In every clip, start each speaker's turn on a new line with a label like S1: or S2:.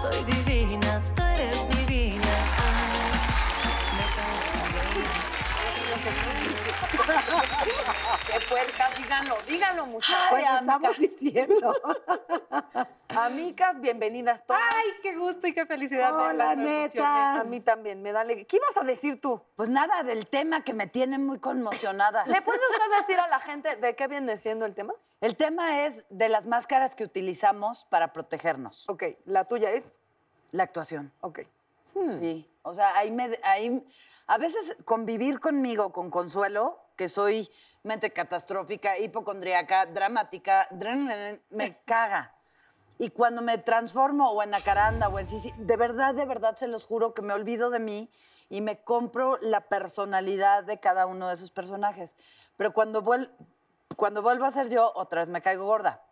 S1: Soy divina, tú eres divina.
S2: Qué puerta, díganlo, díganlo, muchachos.
S3: Pues estamos diciendo.
S2: Amigas, bienvenidas todas.
S4: Ay, qué gusto y qué felicidad.
S3: Hola,
S4: verlas, me
S3: neta.
S4: emocioné.
S2: A mí también, me da alegría. ¿Qué ibas a decir tú?
S3: Pues nada del tema que me tiene muy conmocionada.
S2: ¿Le puede usted decir a la gente de qué viene siendo el tema?
S3: El tema es de las máscaras que utilizamos para protegernos.
S2: Ok, la tuya es.
S3: La actuación.
S2: Ok.
S3: Sí. O sea, ahí me. Ahí, a veces convivir conmigo, con Consuelo, que soy mente catastrófica, hipocondríaca, dramática, dren- me caga. Y cuando me transformo o en Acaranda o en Sisi, de verdad, de verdad se los juro que me olvido de mí y me compro la personalidad de cada uno de sus personajes. Pero cuando, vuel- cuando vuelvo a ser yo, otra vez me caigo gorda.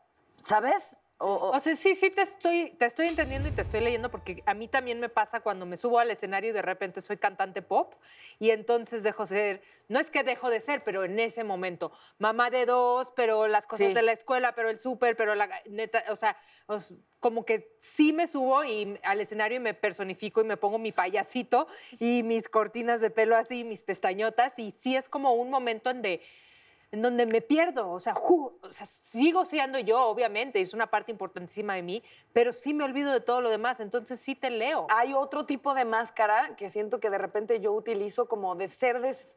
S3: ¿Sabes? O- o-
S4: O sea, sí, sí te estoy, te estoy entendiendo y te estoy leyendo porque a mí también me pasa cuando me subo al escenario y de repente soy cantante pop y entonces dejo ser, no es que dejo de ser, pero en ese momento, mamá de dos, pero las cosas
S3: Sí.
S4: de la escuela, pero el súper, pero la neta, o sea, os- como que sí me subo y al escenario y me personifico y me pongo mi payasito y mis cortinas de pelo así, mis pestañotas y sí es como un momento en de en donde me pierdo, o sea, ju- o sea, sigo siendo yo, obviamente, es una parte importantísima de mí, pero sí me olvido de todo lo demás, entonces sí te leo.
S2: Hay otro tipo de máscara que siento que de repente yo utilizo como de ser des-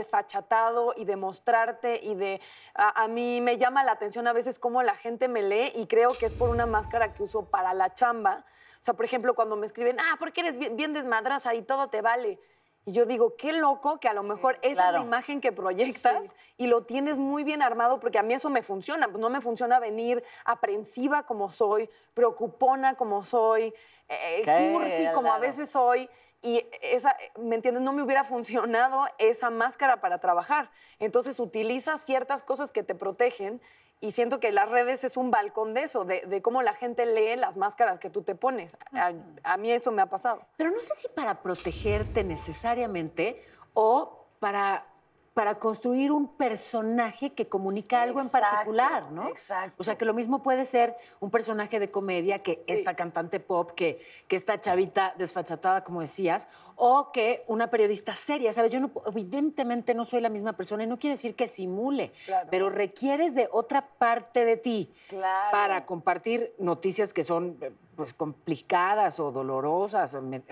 S2: desfachatado y de mostrarte y de... A, a mí me llama la atención a veces cómo la gente me lee y creo que es por una máscara que uso para la chamba. O sea, por ejemplo, cuando me escriben, ah, porque eres bien, bien desmadrosa y todo te vale. Y yo digo, qué loco que a lo mejor esa es la
S3: claro.
S2: imagen que proyectas y lo tienes muy bien armado, porque a mí eso me funciona. Pues no me funciona venir aprensiva como soy, preocupona como soy, eh,
S3: Sí,
S2: cursi como a
S3: claro.
S2: veces soy. Y esa, ¿me entiendes? No me hubiera funcionado esa máscara para trabajar. Entonces utilizas ciertas cosas que te protegen y siento que las redes es un balcón de eso, de, de cómo la gente lee las máscaras que tú te pones. A- a mí eso me ha pasado.
S5: Pero no sé si para protegerte necesariamente o para, para construir un personaje que comunica algo en
S3: Exacto,
S5: particular, ¿no?
S3: exacto.
S5: O sea, que lo mismo puede ser un personaje de comedia que esta cantante pop, que, que esta chavita desfachatada, como decías, o que una periodista seria, ¿sabes? Yo no, pu- evidentemente no soy la misma persona y no quiere decir que simule,
S3: Claro.
S5: pero requieres de otra parte de ti
S3: Claro.
S5: para compartir noticias que son eh, pues complicadas o dolorosas o, me-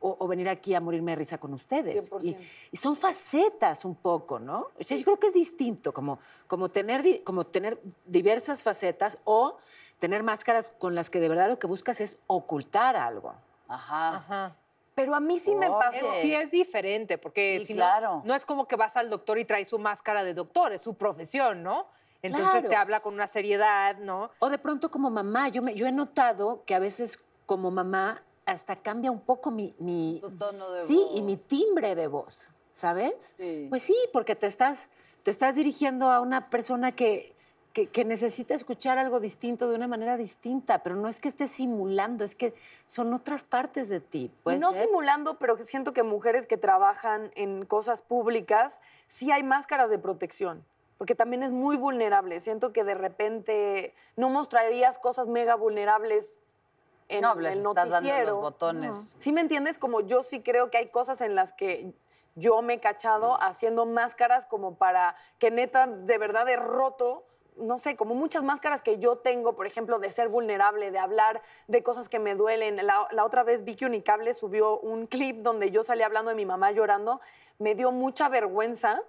S5: o- o venir aquí a morirme de risa con ustedes. Y,
S2: 100%.
S5: y son facetas un poco, ¿no? O sea, yo creo que es distinto, como, como, tener, di- como tener diversas facetas o tener máscaras con las que de verdad lo que buscas es ocultar algo.
S3: Ajá.
S4: Ajá.
S2: Pero a mí sí me
S3: Oye.
S2: pasó.
S4: Sí es diferente, porque
S3: Sí,
S4: si
S3: claro.
S4: no, no es como que vas al doctor y traes su máscara de doctor, es su profesión, ¿no? Entonces
S5: Claro.
S4: te habla con una seriedad, ¿no?
S5: O de pronto como mamá, yo, me, yo he notado que a veces como mamá hasta cambia un poco mi... mi
S3: Tu tono de
S5: sí, y
S3: voz.
S5: mi timbre de voz, ¿sabes?
S3: Sí.
S5: Pues sí, porque te estás, te estás dirigiendo a una persona que, que, que necesita escuchar algo distinto de una manera distinta, pero no es que estés simulando, es que son otras partes de ti.
S2: Y
S5: ¿puede
S2: no
S5: ser?
S2: simulando, pero que siento que mujeres que trabajan en cosas públicas, sí hay máscaras de protección, porque también es muy vulnerable. Siento que de repente no mostrarías cosas mega vulnerables en
S3: no,
S2: el
S3: les estás dando
S2: noticiero.
S3: los botones.
S2: ¿Sí me entiendes? Como yo sí creo que hay cosas en las que yo me he cachado haciendo máscaras como para que neta de verdad he roto, no sé, como muchas máscaras que yo tengo, por ejemplo, de ser vulnerable, de hablar de cosas que me duelen. La, la otra vez Vicky Unicable subió un clip donde yo salí hablando de mi mamá llorando. Me dio mucha vergüenza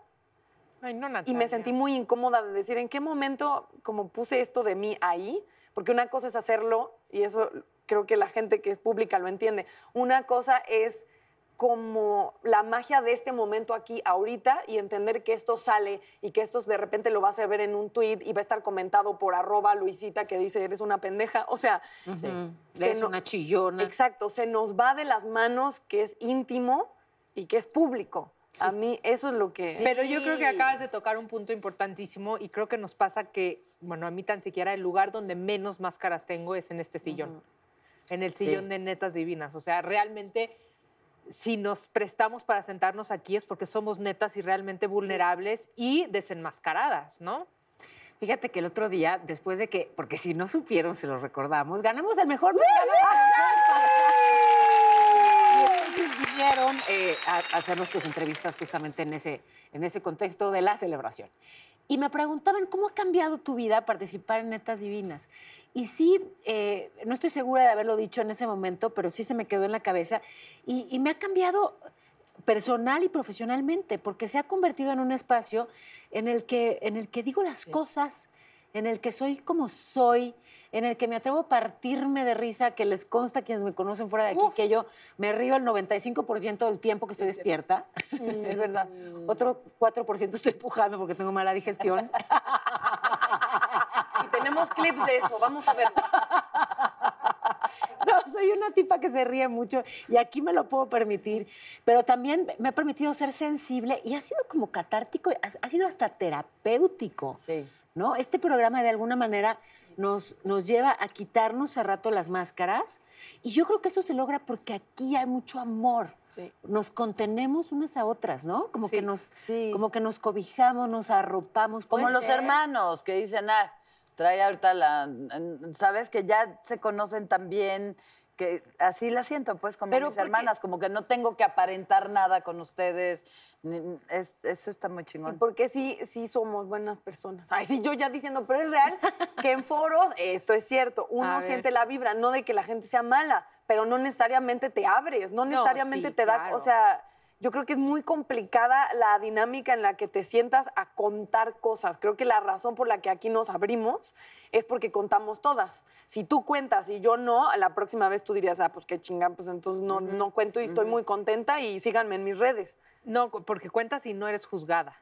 S4: Ay, no,
S2: y me sentí muy incómoda de decir en qué momento como puse esto de mí ahí, porque una cosa es hacerlo y eso creo que la gente que es pública lo entiende. Una cosa es como la magia de este momento aquí ahorita y entender que esto sale y que esto de repente lo vas a ver en un tweet y va a estar comentado por arroba Luisita que dice eres una pendeja, o sea, se
S5: Eres
S2: no-
S5: una chillona.
S2: Exacto, se nos va de las manos que es íntimo y que es público. A mí eso es lo que...
S4: Pero yo creo que acabas de tocar un punto importantísimo y creo que nos pasa que, bueno, a mí tan siquiera el lugar donde menos máscaras tengo es en este sillón, en el sillón de netas divinas. O sea, realmente, si nos prestamos para sentarnos aquí es porque somos netas y realmente vulnerables y desenmascaradas, ¿no?
S5: Fíjate que el otro día, después de que, porque si no supieron, se los recordamos, ganamos el mejor programa. vinieron eh, a, a hacernos pues, entrevistas justamente en ese, en ese contexto de la celebración. Y me preguntaban cómo ha cambiado tu vida participar en Netas Divinas. Y sí, eh, no estoy segura de haberlo dicho en ese momento, pero sí se me quedó en la cabeza. Y, y me ha cambiado personal y profesionalmente, porque se ha convertido en un espacio en el que, en el que digo las cosas, en el que soy como soy, en el que me atrevo a partirme de risa, que les consta a quienes me conocen fuera de aquí, que yo me río el 95% del tiempo que estoy despierta, es verdad. Otro 4% estoy pujando porque tengo mala digestión.
S2: Y tenemos clips de eso, vamos a ver.
S5: No, soy una tipa que se ríe mucho y aquí me lo puedo permitir, pero también me ha permitido ser sensible y ha sido como catártico, ha, ha sido hasta terapéutico.
S3: Sí.
S5: ¿No? Este programa de alguna manera nos, nos lleva a quitarnos a rato las máscaras y yo creo que eso se logra porque aquí hay mucho amor.
S2: Sí.
S5: Nos contenemos unas a otras, ¿no? Como que
S2: Sí,
S5: nos
S3: sí.
S5: como que nos cobijamos, nos arropamos.
S3: Como
S5: Puede
S3: los
S5: ser.
S3: hermanos que dicen, ah, trae ahorita la. mm, Sabes que ya se conocen tan bien, que así la siento, pues, como
S4: Pero
S3: mis
S4: porque-
S3: hermanas, como que no tengo que aparentar nada con ustedes. ni- es- eso está muy chingón.
S2: Porque sí, sí somos buenas personas. Ay, sí, yo ya diciendo, pero es real que en foros, esto es cierto,
S4: A
S2: uno
S4: ver.
S2: siente la vibra, no de que la gente sea mala, pero no necesariamente te abres, no necesariamente
S4: sí,
S2: te da,
S4: claro.
S2: o sea, yo creo que es muy complicada la dinámica en la que te sientas a contar cosas. Creo que la razón por la que aquí nos abrimos es porque contamos todas. Si tú cuentas y yo no, la próxima vez tú dirías, ah, pues qué chingán, pues entonces no, no cuento y estoy muy contenta y síganme en mis redes.
S4: No, cu- porque cuentas y no eres juzgada.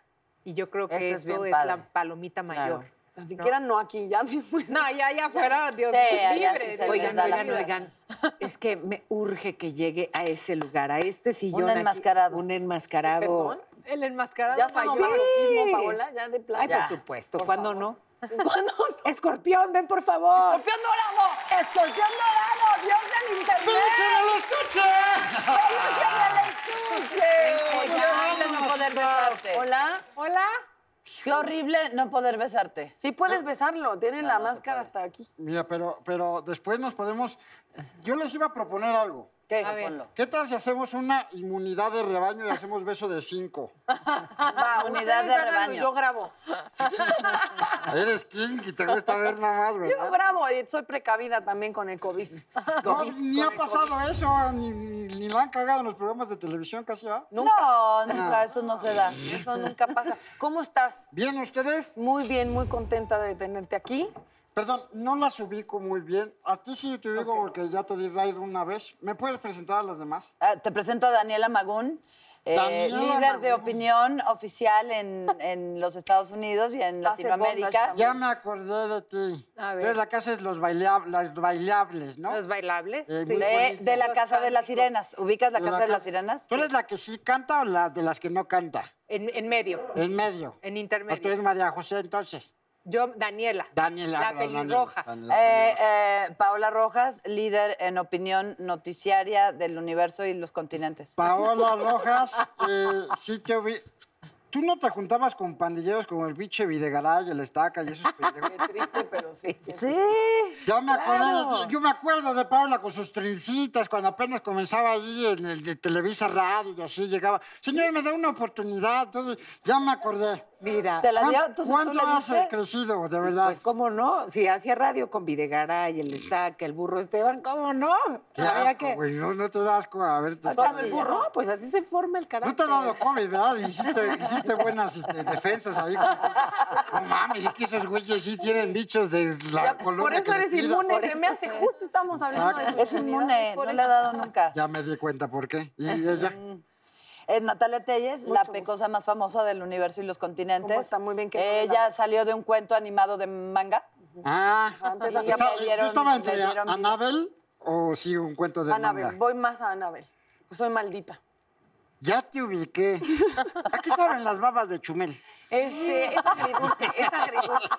S4: Y yo creo que
S3: Eso
S4: eso,
S3: es
S4: es,
S3: bien padre.
S4: la palomita
S3: Claro.
S4: mayor.
S2: Ni siquiera no aquí, ya después.
S4: No, allá, allá afuera, Dios
S3: Sí, allá
S4: libre.
S3: sí se
S4: Dios
S3: les
S5: Oigan,
S3: da la
S5: oigan,
S4: libre.
S5: oigan. Es que me urge que llegue a ese lugar, a este sillón.
S3: Un
S5: aquí,
S3: enmascarado.
S5: un enmascarado.
S2: ¿Perdón?
S4: El enmascarado
S2: Ya
S4: mayor.
S2: estamos masoquismo, Paola, ya de
S5: Ay,
S2: plata.
S5: por supuesto. ¿Cuándo no? ¿Cuándo no? Escorpión, ven por favor.
S3: ¡Escorpión dorado! ¡Escorpión dorado! ¡Dios del internet!
S2: Ah.
S3: ¡Escúchame el estuche! ¡Qué horrible no poder besarte!
S4: Hola, hola.
S3: ¡Qué horrible no poder besarte!
S2: Sí puedes besarlo, tienen la
S3: no se
S2: máscara
S3: puede.
S2: hasta aquí.
S6: Mira, pero, pero después nos podemos. Yo les iba a proponer algo.
S3: ¿Qué?
S4: ver.
S3: Ponlo.
S6: ¿Qué tal si hacemos una inmunidad de rebaño y hacemos beso de cinco?
S2: Va,
S3: Unidad
S2: ustedes
S3: de
S2: háganlo,
S3: rebaño.
S2: Yo grabo.
S6: Eres kinky, te gusta ver nada más,
S2: Yo
S6: ¿verdad?
S2: grabo, y soy precavida también con el COVID.
S6: No, ni ha pasado eso, ni, ni, ni la han cagado en los programas de televisión casi, Ah, ¿va?
S3: No, nunca, eso no se da.
S2: Eso nunca pasa. ¿Cómo estás?
S6: Bien, ustedes,
S2: Muy bien, muy contenta de tenerte aquí.
S6: perdón, no las ubico muy bien. A ti sí te digo porque ya te di raid una vez. ¿Me puedes presentar a las demás?
S3: Ah, Te presento a Daniela Magún, eh,
S6: Daniela
S3: líder de
S6: Magún.
S3: opinión oficial en, en los Estados Unidos y en
S2: Hace
S3: Latinoamérica.
S2: bondage
S6: Ya me acordé de ti.
S4: A ver.
S6: Entonces, la casa es los, bailea- las bailables, ¿no?
S4: Los bailables.
S6: Eh,
S4: sí.
S6: muy
S3: De, de la
S4: Los
S3: Casa de las
S4: cánticos.
S3: Sirenas. ¿Ubicas la Casa de
S6: ca-
S3: las Sirenas?
S6: ¿Tú eres la que sí canta o la de las que no canta?
S4: En, en medio.
S6: En medio.
S4: En intermedio.
S6: ¿O tú eres María José entonces?
S4: Yo, Daniela.
S6: Daniela.
S4: La
S6: Daniela,
S4: pelirroja.
S6: Daniela,
S3: Eh,
S6: Daniela.
S3: eh, Paola Rojas, líder en opinión noticiaria del universo y los continentes.
S6: Paola Rojas, eh, sí te vi. ¿Tú no te juntabas con pandilleros como el biche Videgaray, el Estaca y esos pendejos?
S2: Triste, pero sí.
S3: Sí.
S6: Ya me acordé de ti. Yo me acuerdo de Paola con sus trincitas cuando apenas comenzaba allí en el de Televisa Radio y así llegaba. Señor, me da una oportunidad. Entonces, ya me acordé.
S5: Mira.
S3: ¿Te la dio?
S6: ¿Cuán-
S3: ¿Tú- tú
S6: ¿Cuánto
S3: le
S6: has
S3: diste?
S6: eh, crecido, de verdad?
S5: Pues cómo no, si hacía radio con Videgaray, el Estaca, el burro Esteban, ¿cómo no?
S6: Qué
S5: Había
S6: asco, güey. No, no te da asco a verte.
S5: Hasta el burro, pues así se forma el
S6: No
S5: carácter.
S6: te ha dado COVID, ¿verdad? Hiciste, hiciste buenas este, defensas ahí. con- No mames, es que esos güeyes sí tienen bichos de la colonia.
S2: Por eso
S6: que les
S2: eres
S6: tira.
S2: inmune, se me hace justo estamos hablando de
S6: Exacto.
S2: eso.
S3: Es inmune, no le ha dado nunca.
S6: Ya me di cuenta por qué. Y ella,
S3: Es Natalia Telles, la pecosa más famosa del universo y los continentes.
S2: ¿Cómo está? Muy bien que no le
S3: Ella salió de un cuento animado de manga.
S6: ah,
S2: Antes
S6: yo
S2: hacía-
S6: estaba-
S3: le dieron-
S6: yo estaba
S3: le
S6: entre
S3: dieron vida.
S6: Anabel o sí un cuento de
S2: Anabel,
S6: manga.
S2: voy más a Anabel. Pues soy maldita.
S6: Ya te ubiqué. Aquí saben las babas de Chumel.
S2: Este, es agridulce, es agridulce.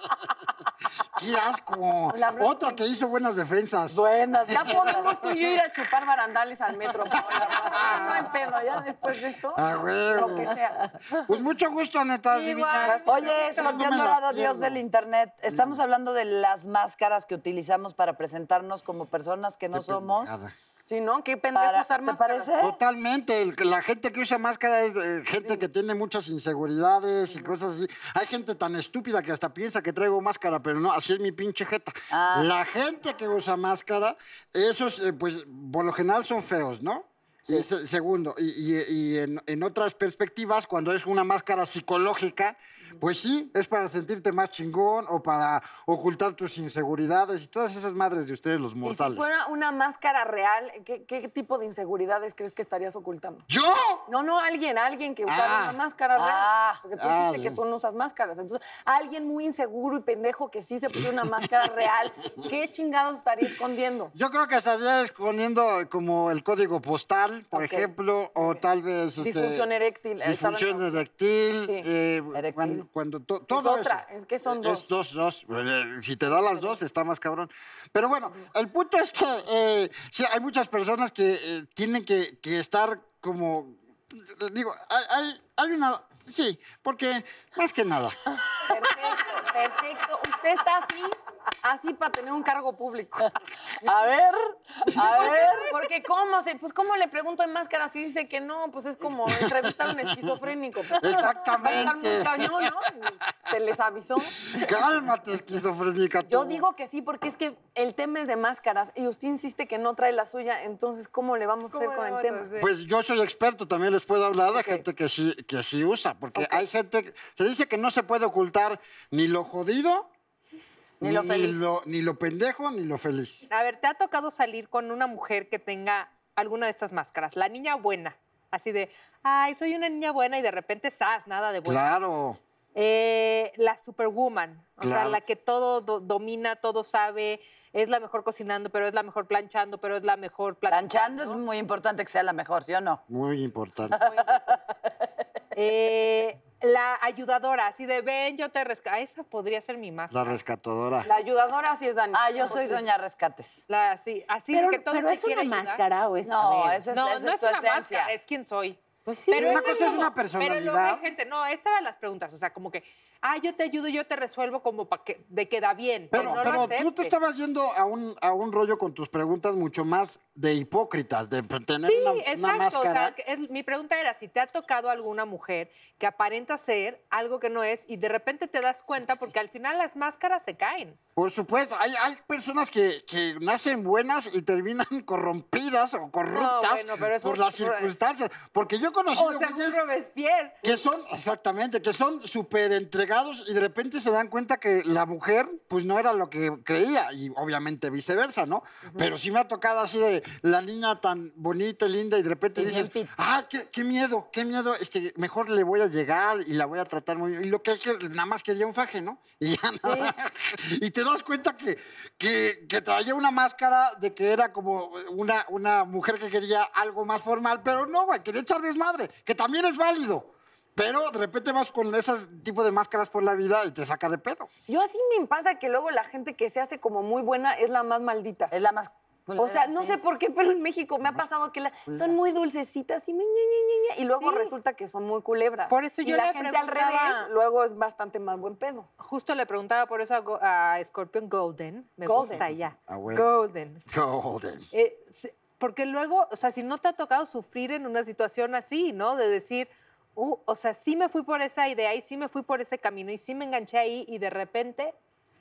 S6: ¡Qué asco!
S2: La verdad
S6: Otra que hizo buenas defensas.
S3: Buenas.
S2: Ya podemos tú y yo ir a chupar barandales al metro. Paola. No, no hay pedo, ya después de esto,
S6: Ah, güey.
S2: lo que sea.
S6: Pues mucho gusto, netas
S4: Igual.
S6: divinas.
S3: Oye,
S6: No me
S3: escorpión
S6: las
S3: dorado, Dios
S6: pierdo.
S3: del Internet. Estamos hablando de las máscaras que utilizamos para presentarnos como personas que no
S6: Qué
S3: somos.
S6: pendejada.
S2: Sí, ¿no? Qué pendejo
S3: Para-
S2: usar
S3: ¿Te
S2: máscaras.
S3: parece?
S6: Totalmente, el- la gente que usa máscara es eh, gente que tiene muchas inseguridades y cosas así. Hay gente tan estúpida que hasta piensa que traigo máscara, pero no, así es mi pinche jeta.
S2: Ah.
S6: La gente que usa máscara, esos, eh, pues, por lo general son feos, ¿no? Y se- segundo, y, y- y en, en otras perspectivas, cuando es una máscara psicológica, pues sí, es para sentirte más chingón o para ocultar tus inseguridades y todas esas madres de ustedes los
S2: Y si
S6: mortales.
S2: fuera una máscara real, ¿qué, qué tipo de inseguridades crees que estarías ocultando?
S6: ¿Yo?
S2: No, no, alguien, alguien que usara
S6: Ah.
S2: una máscara real.
S3: Ah.
S2: porque tú
S6: Ah,
S2: dijiste que
S6: sí.
S2: tú no usas máscaras. Entonces, alguien muy inseguro y pendejo que sí se puso una máscara real, ¿qué chingados estaría escondiendo?
S6: Yo creo que estaría exponiendo como el código postal, por
S2: Ok.
S6: ejemplo, o tal vez... este,
S2: Disfunción eréctil, eh,
S6: Disfunción
S2: estaban-
S6: eréctil.
S2: Sí.
S6: eh,
S3: Eréctil.
S6: Cuando, cuando to- todo
S2: otra,
S6: eso.
S2: es que son
S6: Es dos, dos. Eh, Si te da las dos, está más cabrón. Pero bueno, el punto es que eh, sí, hay muchas personas que eh, tienen que, que estar como... Digo, hay, hay, hay una... Sí, porque más que nada...
S2: Perfecto, perfecto. Usted está así, así para tener un cargo público.
S3: A ver, a ver.
S2: Porque cómo se, pues cómo le pregunto en máscara si dice que no, pues es como entrevistar a un esquizofrénico.
S6: Exactamente.
S2: Está muy cañón, ¿no? Se les avisó.
S6: Cálmate, esquizofrénica.
S2: Yo
S6: tú.
S2: digo que sí, porque es que el tema es de máscaras y usted insiste que no trae la suya, entonces ¿cómo le vamos a hacer con el tema?
S6: Pues yo soy experto, también les puedo hablar de gente que sí, que sí usa, porque hay gente, que- se dice que no se puede ocultar ni lo jodido,
S3: Ni lo feliz.
S6: lo- ni lo pendejo, ni lo feliz.
S4: A ver, ¿te ha tocado salir con una mujer que tenga alguna de estas máscaras? La niña buena. Así de, ay, soy una niña buena y de repente, sas, nada de buena.
S6: Claro.
S4: Eh, la superwoman, o sea,
S6: Claro.
S4: la que todo do- domina, todo sabe, es la mejor cocinando, pero es la mejor planchando, pero es la mejor platicando,
S3: Planchando es
S4: ¿no?
S3: muy importante que sea la mejor, ¿sí o no?
S6: Muy importante.
S4: Ah, Eh, la ayudadora, así de, ven, yo te rescato. Esa podría ser mi
S6: La
S4: máscara.
S6: rescatadora.
S2: La ayudadora sí es Dani.
S3: Ah, yo soy doña Rescates.
S4: La- sí, así de
S5: Pero,
S4: que todo
S5: pero
S4: te
S5: es una
S4: quiere ayudar.
S5: máscara o es.
S3: No,
S5: a ver.
S3: esa es,
S4: no,
S3: esa
S4: no
S3: es
S4: es
S3: tu
S4: una
S3: esencia.
S4: máscara, es quien soy.
S5: Pues sí.
S4: Pero
S6: Una
S4: ese
S6: cosa es
S4: como-
S6: una
S4: Pero luego hay
S6: personalidad.
S4: gente, no, estas eran las preguntas, o sea, como que, ah, yo te ayudo, yo te resuelvo, como para que de queda bien.
S6: Pero,
S4: no lo
S6: pero tú te
S4: aceptes.
S6: estabas yendo a un, a un rollo con tus preguntas mucho más de hipócritas, de p- tener
S4: Sí,
S6: una, una
S4: exacto. o sea,
S6: máscara.
S4: que es- mi pregunta era si te ha tocado alguna mujer que aparenta ser algo que no es y de repente te das cuenta porque al final las máscaras se caen.
S6: Por supuesto, hay, hay personas que, que nacen buenas y terminan corrompidas o corruptas
S4: bueno, pero eso
S6: por
S4: es-
S6: las circunstancias. Porque yo he conocido
S4: O sea, un
S6: güeyes
S4: Robespierre.
S6: que son, exactamente, que son súper entregados y de repente se dan cuenta que la mujer, pues no era lo que creía y obviamente viceversa, ¿no? Pero sí me ha tocado así de la niña tan bonita, y linda y de repente
S3: Y bien
S6: dices,
S3: pit-
S6: ah, qué, qué miedo, qué miedo, es que mejor le voy a llegar y la voy a tratar muy bien. Y lo que es que nada más quería un faje, ¿no? Y ya nada. Y te das cuenta que, que, que traía una máscara de que era como una, una mujer que quería algo más formal, pero no, güey, quería echar desmadre, que también es válido. Pero de repente vas con ese tipo de máscaras por la vida y te saca de pedo.
S2: Yo así me pasa que luego la gente que se hace como muy buena es la más maldita.
S3: Es la más.
S2: O sea, no
S3: sí.
S2: sé por qué, pero en México me ha pasado que la- son muy dulcecitas y, me ñe, ñe, ñe, ñe, y luego
S4: Sí.
S2: resulta que son muy culebras.
S4: Por eso
S2: Y
S4: yo
S2: la
S4: le
S2: gente
S4: preguntaba-
S2: al revés luego es bastante más buen pedo.
S4: Justo le preguntaba por eso a, Go- a Scorpion Golden. Me
S2: Golden.
S4: gusta ya.
S6: Ah, bueno.
S4: Golden.
S6: Joder.
S4: Eh, se- porque luego, o sea, si no te ha tocado sufrir en una situación así, ¿no? De decir, "Uh, o sea, sí me fui por esa idea y sí me fui por ese camino y sí me enganché ahí y de repente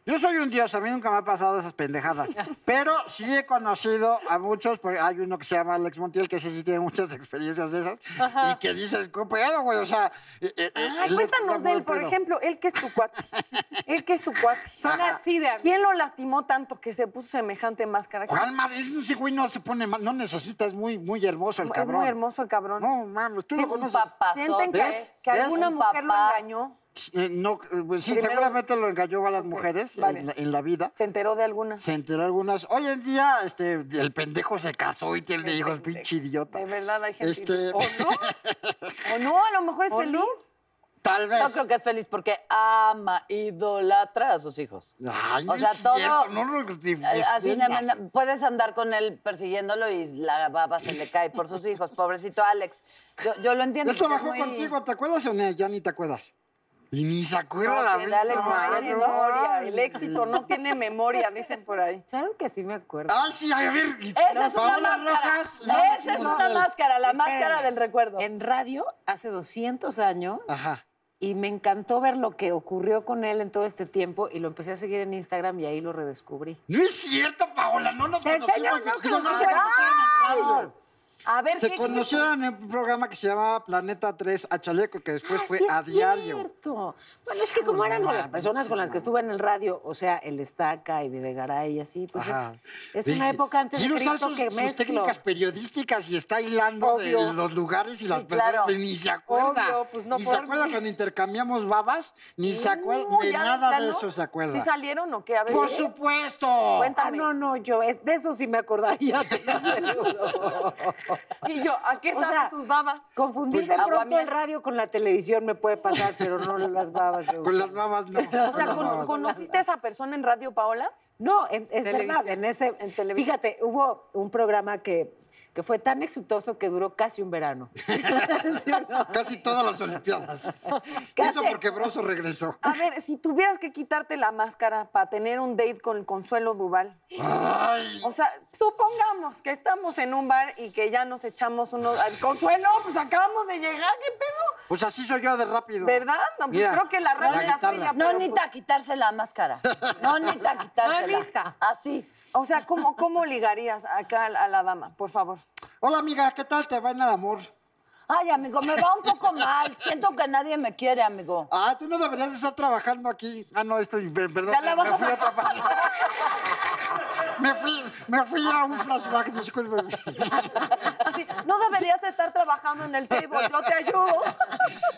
S6: Yo soy un dios, a mí nunca me ha pasado esas pendejadas. Pero sí he conocido a muchos, porque hay uno que se llama Alex Montiel, que ese sí tiene muchas experiencias de esas, y que dices, ¿qué pedo, güey? O sea... eh, eh,
S2: Ay,
S6: él le
S2: cuéntanos
S6: toca
S2: de él,
S6: muy
S2: por
S6: pedo.
S2: ejemplo, él que es tu cuate. él que es tu cuate.
S4: son así de amigos.
S2: ¿Quién lo lastimó tanto que se puso semejante máscara?
S6: ¿Cuál más? Es- Ese güey no se pone mal, no necesita, es muy, muy hermoso el
S2: es
S6: cabrón.
S2: muy hermoso el cabrón.
S6: No, mames, tú
S2: Sí,
S6: lo
S2: un
S6: conoces.
S3: papá.
S2: Sienten que,
S6: ¿Ves?
S2: que
S6: ¿Ves?
S2: alguna
S6: Un
S2: mujer lo
S3: papá.
S2: engañó,
S6: Eh, no, eh, pues sí,
S2: Primero-
S6: seguramente lo engañó a las mujeres en
S2: varias.
S6: la- en la vida.
S2: se enteró de alguna.
S6: Se enteró algunas. Hoy en día, este, el pendejo se casó y tiene hijos, pinche idiota.
S2: De verdad hay gente.
S6: Este-
S2: O no. O no, a lo mejor es
S6: ¿O
S2: feliz.
S6: no? Tal vez.
S3: No creo que es feliz porque ama, idolatra a sus hijos.
S6: Ay,
S3: O
S6: no
S3: sea,
S6: es cierto,
S3: todo-
S6: no lo dif-
S3: Eh, Así nada
S6: defiendas.
S3: más, puedes andar con él persiguiéndolo y la baba se le cae por sus hijos. Pobrecito Alex. Yo, yo lo entiendo.
S6: Él
S3: porque es
S6: trabajó
S3: muy-
S6: contigo, ¿te acuerdas o no? ya ni te acuerdas? Y ni se acuerda la
S3: No, que Alex
S6: misma,
S3: Mayer
S2: Ay,
S6: no
S2: memoria,
S6: mames.
S2: el éxito no tiene memoria, dicen por ahí.
S4: Claro que sí me acuerdo.
S6: Ay, sí, a ver. y-
S2: Esa es una
S6: Paola
S2: máscara.
S6: Rojas, la-
S2: Esa es una máscara, la máscara del recuerdo.
S5: En radio, hace 200 años,
S6: Ajá.
S5: y me encantó ver lo que ocurrió con él en todo este tiempo, y lo empecé a seguir en Instagram y ahí lo redescubrí.
S6: No es cierto, Paola, no nos conocimos. Digo, no se conocieron en radio.
S2: A ver,
S6: Se
S2: ¿qué-
S6: conocieron en un programa que se llamaba Planeta 3 a Chaleco, que después
S5: Ah,
S6: Pues, fue
S5: sí, es
S6: a diario.
S5: cierto. Bueno, es que como eran las personas con las que estuve en el radio, o sea, el Estaca y Videgaray y así, pues
S6: Ajá.
S5: es, es una
S6: Dije,
S5: época antes de
S6: quiero usar
S5: Cristo
S6: sus,
S5: que
S6: sus
S5: mezclo.
S6: técnicas periodísticas y está hilando de los lugares y las personas
S2: claro.
S6: que ni se acuerda.
S2: Obvio, pues no
S6: ni se
S2: por-
S6: acuerda cuando intercambiamos babas, ni se acuerda
S2: Uy,
S6: de
S2: ya,
S6: nada de
S2: plano.
S6: eso se acuerda.
S2: ¿Sí salieron o qué? A ver,
S6: Por
S2: ¿eh?
S6: supuesto.
S5: Ah,
S2: Cuéntame.
S5: no, no, yo es- de eso sí me acordaría. te lo aseguro.
S2: Y yo, ¿a qué
S5: O
S2: saben
S5: sea,
S2: sus babas?
S5: Confundir de
S3: Pues,
S5: pronto
S3: aguamiel.
S5: el radio con la televisión me puede pasar, pero no las babas. de
S6: Con
S5: uno.
S6: las babas no.
S2: O sea, ¿con- ¿conociste a esa persona en Radio Paola?
S5: No, en- es verdad,
S2: Televisión.
S5: en ese...
S2: En televisión.
S5: Fíjate, hubo un programa que, que fue tan exitoso que duró casi un verano. ¿Sí o no?
S6: Casi todas las Olimpiadas.
S5: ¿Qué
S6: Eso
S5: hace?
S6: porque Broso regresó.
S2: A ver, si tuvieras que quitarte la máscara para tener un date con el Consuelo Duval.
S6: Ay,
S2: O sea, supongamos que estamos en un bar y que ya nos echamos unos. Ay, Consuelo, pues acabamos de llegar, ¿qué pedo?
S6: pues así soy yo de rápido.
S2: ¿Verdad? No, pues,
S6: Mira,
S2: creo que la radio la
S6: guitarra.
S2: fría.
S3: No
S2: pero, pues,
S3: necesita
S4: pues
S3: quitarse la máscara. No necesita quitársela.
S4: necesita.
S3: Así.
S2: pues, O sea, ¿cómo, ¿cómo ligarías acá a la- a la dama? Por favor.
S6: Hola, amiga, ¿qué tal te va en el amor?
S3: Ay, amigo, me va un poco mal. Siento que nadie me quiere, amigo.
S6: Ah, tú no deberías de estar trabajando aquí. Ah, no, estoy, perdón.
S2: Ya la vas
S6: me
S2: a
S6: fui a otra parte. Me fui, me fui a un flashback, discúlpeme.
S2: Así, no deberías de estar trabajando en el table, yo te ayudo.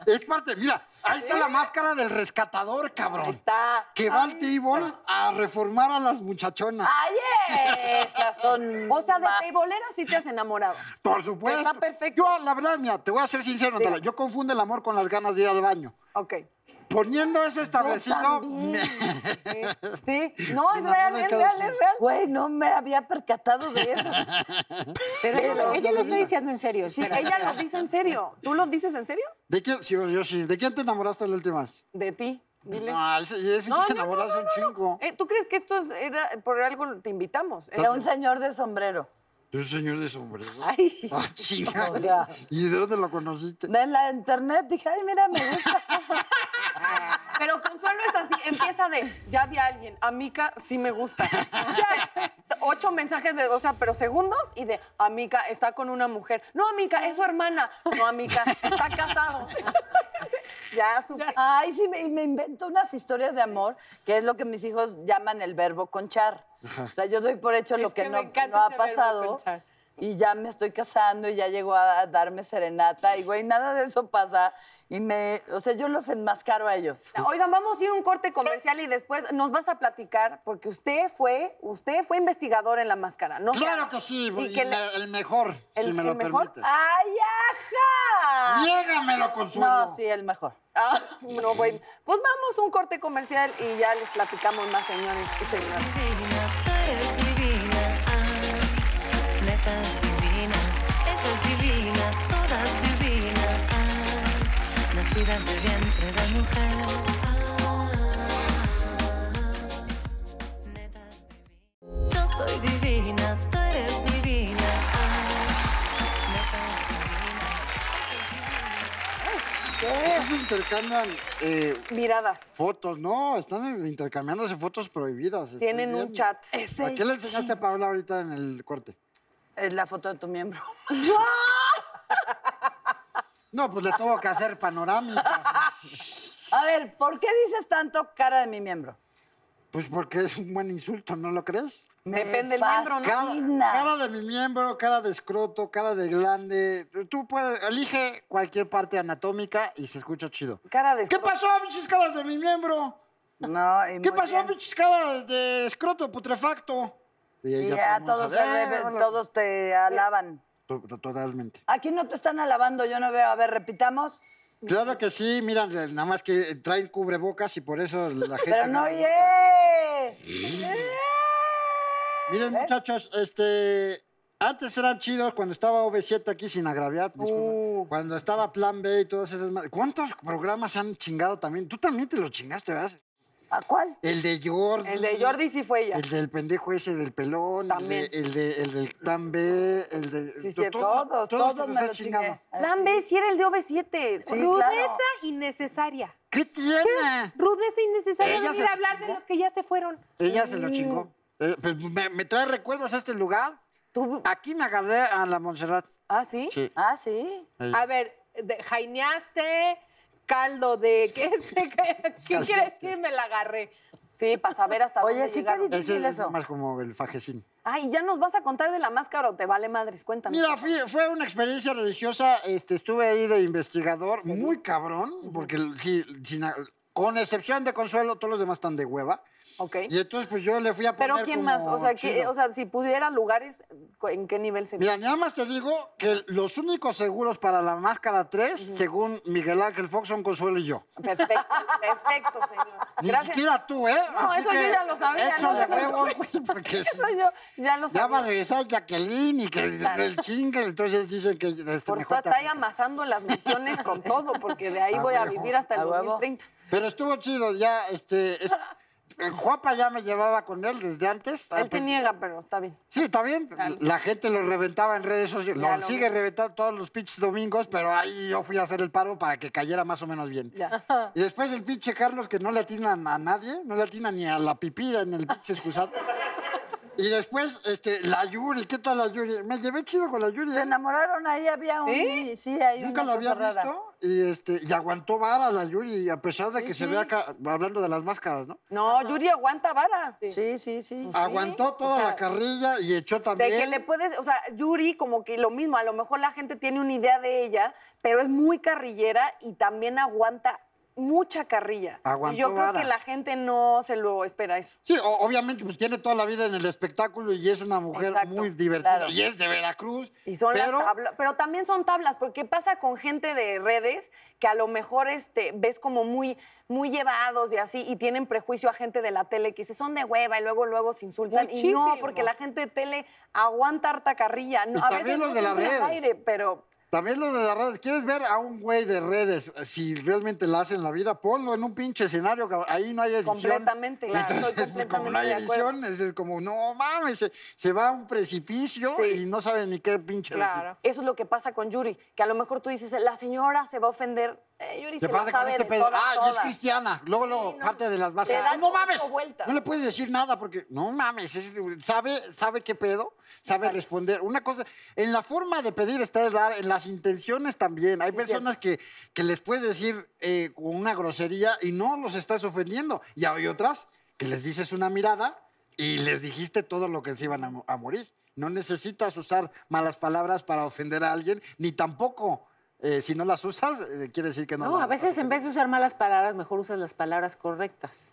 S6: Es parte, mira, ahí está la máscara del rescatador, cabrón.
S2: está. ah,
S6: Que va al table a reformar a las muchachonas.
S3: Ay, esas son.
S2: O sea, de
S3: ma-
S2: teibolera sí te has enamorado.
S6: Por supuesto.
S2: Está perfecto.
S6: Yo, la verdad, mira, te voy a ser sincero, Natalia, yo confundo el amor con las ganas de ir al baño.
S2: Ok.
S6: Poniendo eso establecido,
S2: Sí, no, es
S6: Enamorada
S2: real,
S6: de
S2: es
S6: cada
S2: real,
S6: quien.
S2: es real.
S3: Güey, no me había percatado de eso.
S5: Pero
S6: Pero-
S5: ella lo está diciendo en serio.
S2: Sí, ella lo dice en serio. ¿Tú lo dices en serio?
S6: ¿de quién? Sí, yo sí. ¿De quién te enamoraste la última vez?
S2: De ti. Dile.
S6: No, ese, ese que se enamoró hace un chingo.
S2: Eh, ¿Tú crees que esto es- era por algo te invitamos?
S3: De un señor de sombrero.
S6: De un señor de sombrero.
S5: Ay.
S6: Ah, chinga.
S3: O sea.
S6: ¿Y de dónde lo conociste?
S3: En la internet dije, ay, mira, me gusta.
S2: Pero Consuelo es así, empieza de, ya vi a alguien, a Mica sí me gusta. Ya, ocho mensajes de, o sea, pero segundos y de, a Mica está con una mujer. No, Mica, es su hermana. No, Mica, está casado. ya, su...
S3: Ay, sí, me, me invento unas historias de amor, que es lo que mis hijos llaman el verbo conchar. O sea, yo doy por hecho lo
S4: Es
S3: que,
S4: que me
S3: no,
S4: encanta
S3: no ha
S4: ese verbo,
S3: pasado.
S4: conchar.
S3: Y ya me estoy casando y ya llegó a darme serenata. Y, güey, nada de eso pasa. Y me, o sea, yo los enmascaro a ellos.
S2: Oigan, vamos a ir a un corte comercial y después nos vas a platicar, porque usted fue, usted fue investigador en la máscara, ¿no?
S6: Claro que sí,
S2: Y
S6: y
S2: que le-
S6: me- el mejor, si
S2: ¿El-
S6: me lo
S2: el mejor?
S6: permites.
S3: ¡Ay, ajá!
S6: Niégamelo, Consuelo.
S3: No, sí, el mejor.
S2: Ah, no, bueno. Pues vamos a un corte comercial y ya les platicamos más, señores y señoras.
S1: Divina, tú eres divina. Ah, netas divinas, esa es divina, todas divinas. Ah, Nacidas de vientre de mujer. Ah, netas divinas. Yo soy divina, tú eres divina. Ah, netas divinas, esa es divina.
S6: Ellos intercambian eh,
S2: Miradas.
S6: fotos, no, están intercambiándose fotos prohibidas. estoy
S2: Tienen un
S6: viendo.
S2: chat.
S6: ¿A qué le enseñaste a Paola ahorita en el corte?
S3: Es la foto de tu miembro.
S6: No, pues le tuvo que hacer panorámica.
S3: A ver, ¿por qué dices tanto cara de mi miembro?
S6: Pues porque es un buen insulto, ¿no lo crees?
S2: Depende del miembro, ¿no?
S6: Cara,
S3: Fascina.
S6: cara de mi miembro, cara de escroto, cara de glande. Tú puedes, elige cualquier parte anatómica y se escucha chido.
S2: Cara de
S6: ¿Qué
S2: escroto.
S6: pasó, bichis caras de mi miembro?
S3: No, y
S6: ¿Qué
S3: muy
S6: pasó,
S3: bien.
S6: bichis caras de escroto putrefacto? Y ahí
S3: Y
S6: ya
S3: ya pues,
S6: todo
S3: todos,
S6: el mundo
S3: se
S6: sabe,
S3: rebe-
S6: hola.
S3: todos te alaban.
S6: To- Totalmente.
S3: Aquí no te están alabando, yo no veo. A ver, repitamos.
S6: Claro que sí, mira, nada más que eh, traen cubrebocas y por eso la gente.
S3: Pero no, ¡Eh! oye.
S6: Miren, muchachos, este. Antes eran chidos cuando estaba OV7 aquí sin agraviar. disculpa. Cuando estaba Plan B y todos esos. ma- ¿Cuántos programas se han chingado también? Tú también te lo chingaste, ¿verdad?
S3: ¿A cuál?
S6: El de Jordi.
S2: El de Jordi sí fue ella.
S6: El del pendejo ese del pelón.
S2: También.
S6: El, de- el de- el del Plan B. El de.
S3: Sí,
S6: to-
S3: cierto.
S6: todo-
S3: Todos,
S6: todo
S3: todos,
S6: se los
S3: me
S6: ha
S3: lo
S6: chingado.
S3: chingué. Eh,
S4: Plan B sí era el de OV7.
S3: Sí,
S4: rudeza
S3: claro.
S4: innecesaria.
S6: ¿Qué tiene?
S4: Rudeza innecesaria
S6: Ella
S4: venir
S6: se
S4: a hablar de
S6: chingó.
S4: los que ya se fueron.
S6: Ella se lo chingó. Eh, pues, me, me trae recuerdos a este lugar.
S2: ¿Tú?
S6: Aquí me agarré a la Montserrat.
S2: ¿Ah, sí?
S6: Sí.
S3: Ah, sí.
S6: Ella.
S4: A ver, de- jaineaste, caldo de... ¿Qué, es- qué- qué, quiere decir? Me la agarré.
S2: Sí, para saber hasta
S3: Oye,
S2: dónde
S3: sí,
S2: llegaron.
S3: qué
S6: Ese
S3: difícil
S6: es
S3: eso.
S6: más como el fajecín.
S2: Ay, ¿ya nos vas a contar de la máscara o te vale madres? Cuéntame.
S6: Mira, fui- fue una experiencia religiosa. Este, estuve ahí de investigador, muy cabrón, porque sí, sin a- con excepción de Consuelo, todos los demás están de hueva.
S2: Ok.
S6: Y entonces, pues yo le fui a poner.
S2: Pero ¿quién más? O
S6: como
S2: sea, ¿qué-
S6: chido.
S2: o sea, si pudiera lugares, ¿cu- ¿en qué nivel se
S6: Mira, nada más te digo que los únicos seguros para la máscara 3, según Miguel Ángel Fox, son Consuelo y yo.
S2: Perfecto, perfecto, señor.
S6: Ni
S2: Ah, Gracias.
S6: siquiera tú, ¿eh?
S2: No, eso yo ya lo sabía, no
S6: Échale
S2: te preocupes.
S6: huevos, güey, porque sí.
S2: Eso yo ya lo
S6: Ya va a
S2: sabía.
S6: regresar Jacqueline y que
S2: Claro.
S6: el chingue, entonces dicen que... este,
S2: Por
S6: mejor
S2: tu
S6: tampoco.
S2: ahí amasando las menciones con todo, porque de ahí
S6: A
S2: voy a
S6: huevo,
S2: vivir hasta el
S3: a huevo.
S2: 2030.
S6: Pero estuvo chido, ya, este... es- el Juapa ya me llevaba con él desde antes. Ah,
S2: Él te
S6: pues,
S2: niega, pero está bien.
S6: Sí, está bien. La gente lo reventaba en redes sociales.
S2: Ya
S6: Lo
S2: lo
S6: sigue reventando todos los pinches domingos, pero ahí yo fui a hacer el paro para que cayera más o menos bien.
S2: Ya.
S6: Y después el pinche Carlos que no le atina a nadie, no le atina ni a la pipí en el pinche excusado. Y después, este, la Yuri, ¿qué tal la Yuri? Me llevé chido con la Yuri.
S3: Se
S6: ¿eh?
S3: enamoraron, ahí había un... Sí, hay
S6: Nunca
S3: una
S6: lo había
S3: cosa rara.
S6: visto. Y, este, y aguantó vara la Yuri, a pesar de que se vea ca- hablando de las máscaras, ¿no?
S2: No, Yuri aguanta vara.
S3: Sí, Ah, sí, sí.
S2: Pues
S6: Aguantó toda la carrilla y echó
S2: De
S6: también.
S2: que le puedes, o sea, Yuri como que lo mismo, a lo mejor la gente tiene una idea de ella, pero es muy carrillera y también aguanta mucha carrilla.
S6: Aguantó
S2: y yo creo
S6: vara.
S2: que la gente no se lo espera eso.
S6: Sí, o- obviamente pues tiene toda la vida en el espectáculo y es una mujer
S2: Exacto,
S6: muy divertida
S2: claro.
S6: y es de Veracruz.
S2: Y son
S6: pero
S2: las tablas, pero también son tablas, porque pasa con gente de redes que a lo mejor este, ves como muy, muy llevados y así, y tienen prejuicio a gente de la tele que dice, son de hueva y luego, luego se insultan. Y no,
S4: Muchísimo.
S2: porque la gente de tele aguanta harta carrilla. No,
S6: Y
S2: a
S6: también
S2: veces
S6: los
S2: no
S6: de las
S2: siempre al
S6: redes.
S2: aire, pero
S6: También lo de las redes. ¿Quieres ver a un güey de redes eh, si realmente la hace en la vida? Ponlo en un pinche escenario, cabrón. ahí no hay edición.
S2: Completamente, claro, estoy
S6: Entonces, pues, como no
S2: completamente
S6: hay
S2: de acuerdo.
S6: edición, es es como, no mames, se, se va a un precipicio
S2: Sí.
S6: y no sabe ni qué pinche
S4: Claro.
S2: Eso es lo que pasa con Yuri, que a lo mejor tú dices, la señora se va a ofender. Eh, Yuri se
S6: Se
S2: la
S6: pasa con
S2: sabe
S6: este
S2: de
S6: pedo.
S2: todas,
S6: Ah, y es
S2: todas.
S6: cristiana. Luego, luego,
S2: no.
S6: parte de las máscaras.
S2: Le da
S6: "Ah, no
S2: ocho
S6: mames.
S2: vueltas.
S6: No le puedes decir nada porque, no mames, es- sabe, sabe qué pedo, sabe responder. Una cosa, en la forma de pedir está el dar, en las intenciones también. Hay personas que, que les puedes decir eh, con una grosería y no los estás ofendiendo. Y hay otras que les dices una mirada y les dijiste todo lo que se iban a, mo- a morir. No necesitas usar malas palabras para ofender a alguien, ni tampoco. eh, si no las usas, eh, quiere decir que no.
S5: No, a
S6: las-
S5: veces en vez de usar malas palabras, mejor usas las palabras correctas.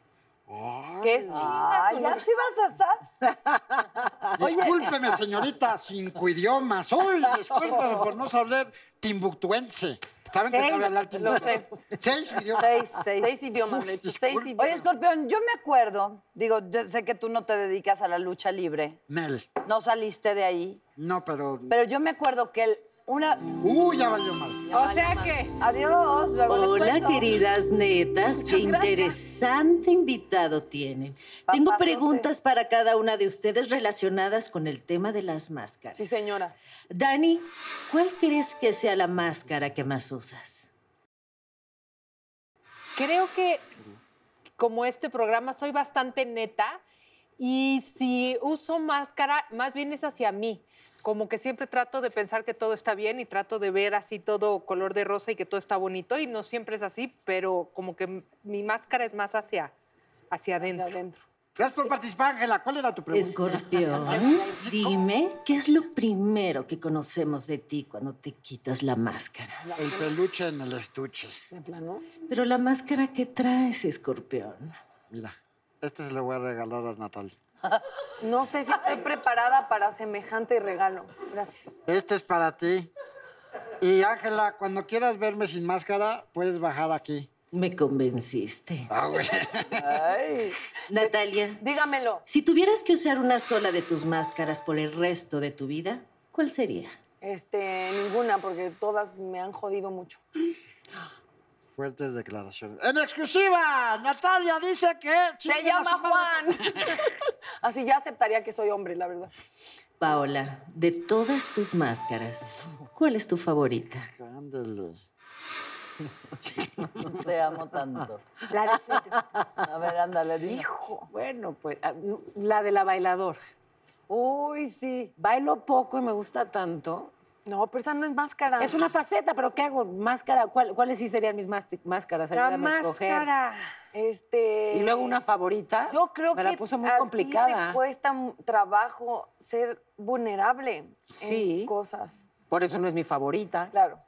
S2: Que es chinga.
S3: Ay, ya sí vas a estar.
S6: Discúlpeme, señorita, cinco idiomas. Uy, discúlpeme por no saber timbuktuense. ¿Saben que sabe hablar timbuktuense? Seis idiomas.
S2: Seis, seis. Seis idiomas, de hecho, seis
S6: Disculpe.
S2: idiomas.
S3: Oye, Escorpión, yo me acuerdo, digo, yo sé que tú no te dedicas a la lucha libre,
S6: Nel.
S3: no saliste de ahí,
S6: No, pero.
S3: pero yo me acuerdo que el, una...
S6: Uy, ya valió mal.
S4: O sea que...
S3: Adiós, luego les
S7: Hola,
S3: cuento.
S7: queridas netas, qué interesante invitado tienen. Tengo
S3: Papazote.
S7: preguntas para cada una de ustedes relacionadas con el tema de las máscaras.
S2: Sí, señora.
S7: Dani, ¿cuál crees que sea la máscara que más usas?
S4: Creo que como este programa soy bastante neta y si uso máscara, más bien es hacia mí. Como que siempre trato de pensar que todo está bien y trato de ver así todo color de rosa y que todo está bonito y no siempre es así, pero como que m- mi máscara es más hacia hacia adentro.
S2: adentro.
S6: Gracias por participar, Ángela. ¿Cuál era tu pregunta?
S7: Escorpión, dime, ¿qué es lo primero que conocemos de ti cuando te quitas la máscara?
S6: El peluche en el estuche.
S7: Pero la máscara que traes, Escorpión.
S6: Mira, este se lo voy a regalar a Natalia.
S2: No sé si estoy preparada para semejante regalo. Gracias.
S6: Este es para ti. Y Ángela, cuando quieras verme sin máscara, puedes bajar aquí.
S7: Me convenciste.
S6: Ah, güey.
S7: Natalia,
S2: Dígamelo.
S7: Si tuvieras que usar una sola de tus máscaras por el resto de tu vida, ¿Cuál sería?
S2: Este, ninguna, porque todas me han jodido mucho.
S6: Fuertes declaraciones. En exclusiva, Natalia dice que...
S2: ¡Se llama Juan! Así ya aceptaría que soy hombre, la verdad.
S7: Paola, de todas tus máscaras, ¿cuál es tu favorita?
S6: Ándele.
S3: Te amo tanto.
S5: La de
S3: A ver, ándale, dime.
S5: Bueno, pues ah, no, la de la bailador.
S3: Uy, sí.
S5: Bailo poco y me gusta tanto.
S2: No, pero esa no es máscara.
S5: Es una
S7: Ah.
S5: faceta, pero ¿qué hago? Máscara, ¿cuál- ¿cuáles sí serían mis mástic- máscaras?
S4: La
S5: Ayúdame a escoger.
S4: máscara.
S2: Este.
S5: Y luego una favorita.
S2: Yo creo
S5: me
S2: que
S5: la puso muy
S2: a ti
S5: complicada.
S2: te cuesta mu- trabajo ser vulnerable
S5: Sí.
S2: en cosas.
S5: Por eso no es mi favorita.
S2: Claro.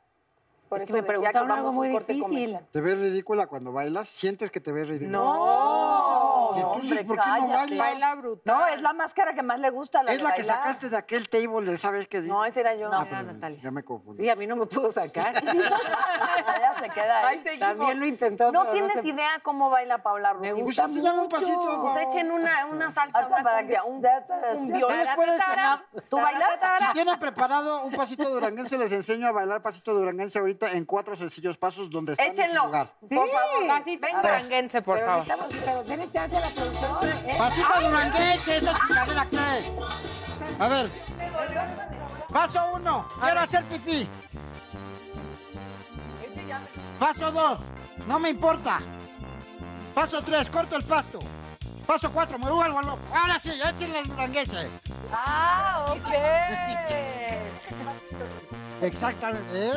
S2: Por
S5: Es que
S2: eso
S5: me
S2: decía
S5: preguntaron
S2: vamos
S5: algo
S2: a un
S5: muy
S2: corte
S5: difícil.
S2: comercial.
S6: ¿Te ves ridícula cuando bailas? ¿Sientes que te ves ridícula?
S2: No.
S6: ¿Y entonces
S3: hombre,
S6: por qué no
S3: cállate.
S6: bailas?
S4: Baila brutal.
S3: No, es la máscara que más le gusta. La
S6: es
S3: de
S6: la que
S3: bailar.
S6: sacaste de aquel table, ¿sabes qué?
S2: No, ese era yo.
S6: Ah,
S2: Era
S6: perdón,
S2: Natalia.
S6: Ya me confundí.
S5: Sí, a mí no me pudo sacar.
S3: Ella se queda ahí.
S2: Ahí seguimos.
S5: También lo intentó.
S2: No
S5: pero
S2: tienes
S5: se-
S2: idea cómo baila Paula Rubio.
S6: Pues enséñame un pasito.
S2: Pues echen una, una salsa,
S3: Hasta
S2: una
S3: para
S2: cumbia,
S3: que
S2: un,
S3: ya te-
S2: un
S3: ya
S6: Yo les
S2: viola.
S6: puedo enseñar.
S2: ¿Tú bailas?
S6: Si tienen preparado un pasito duranguense, les enseño a bailar pasito duranguense ahorita en cuatro sencillos pasos donde están en
S2: Échenlo.
S6: su lugar.
S4: Por favor, pasito duranguense, por favor.
S2: Eh,
S6: Pasito duranguense, esa chingadera que es. A ver. Paso uno, quiero hacer pipí.
S3: Este
S6: Paso dos, no me importa. Paso tres, corto el pasto. Paso cuatro, me vuelvo loco. Ahora sí, échenle el duranguense.
S3: Ah, ok.
S6: Exactamente, ¿eh?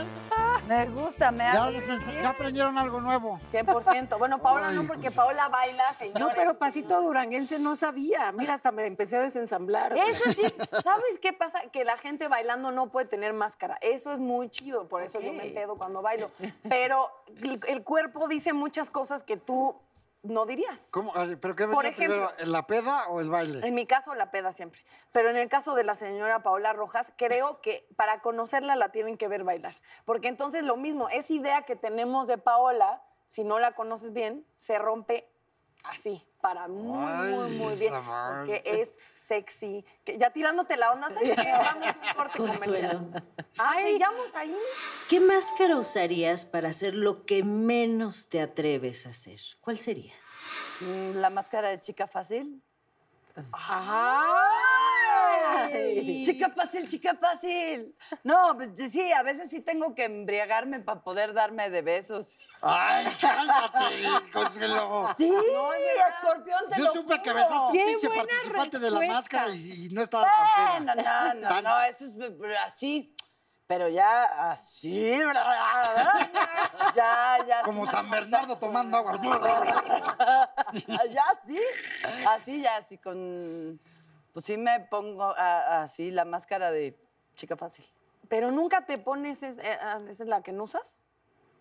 S3: Me gusta, me
S6: Ya,
S3: hace.
S6: les ense- ya aprendieron algo nuevo.
S2: 100%. Bueno, Paola no, porque Paola baila,
S5: No,
S2: señores.
S5: pero pasito duranguense no sabía. Mira, hasta me empecé a desensamblar.
S2: Eso sí, ¿sabes qué pasa? Que la gente bailando no puede tener máscara. Eso es muy chido, por eso yo me pedo cuando bailo. Pero el, el cuerpo dice muchas cosas que tú no dirías.
S6: ¿Cómo? Ay, ¿Pero qué venía
S2: Por ejemplo-
S6: primero, la peda o el baile?
S2: En mi caso, la peda siempre. Pero en el caso de la señora Paola Rojas, creo que para conocerla la tienen que ver bailar. Porque entonces lo mismo, esa idea que tenemos de Paola, si no la conoces bien, se rompe así, para muy, muy,
S6: Ay,
S2: muy bien.
S6: Isabel.
S2: Porque es sexy. Que ya tirándote la onda, ¿sabes qué? Vamos a un corte comercial.
S7: Consuelo,
S2: Ay, sigamos ahí.
S7: ¿qué máscara usarías para hacer lo que menos te atreves a hacer? ¿Cuál sería?
S3: Mm, La máscara de chica fácil. Chica fácil, chica fácil. No, pues, sí, a veces sí tengo que embriagarme para poder darme de besos.
S6: ¡Ay, cállate, Consuelo!
S3: Sí, escorpión, te
S6: Yo
S3: lo
S6: supe que
S3: juro.
S6: besaste a un
S4: Qué
S6: pinche
S4: buena
S6: participante de la
S4: respuesta.
S6: máscara y, y no estaba tan
S3: Bueno,
S6: pena.
S3: no, no,
S6: Tan-
S3: no, eso es eh, así. Pero ya así. Ya, ya.
S6: Como
S3: sí.
S6: San Bernardo tomando agua.
S3: Ya así. Así, ya así con. Pues sí me pongo a- así la máscara de chica fácil.
S2: Pero nunca te pones, es- eh, ah, esa es la que no usas.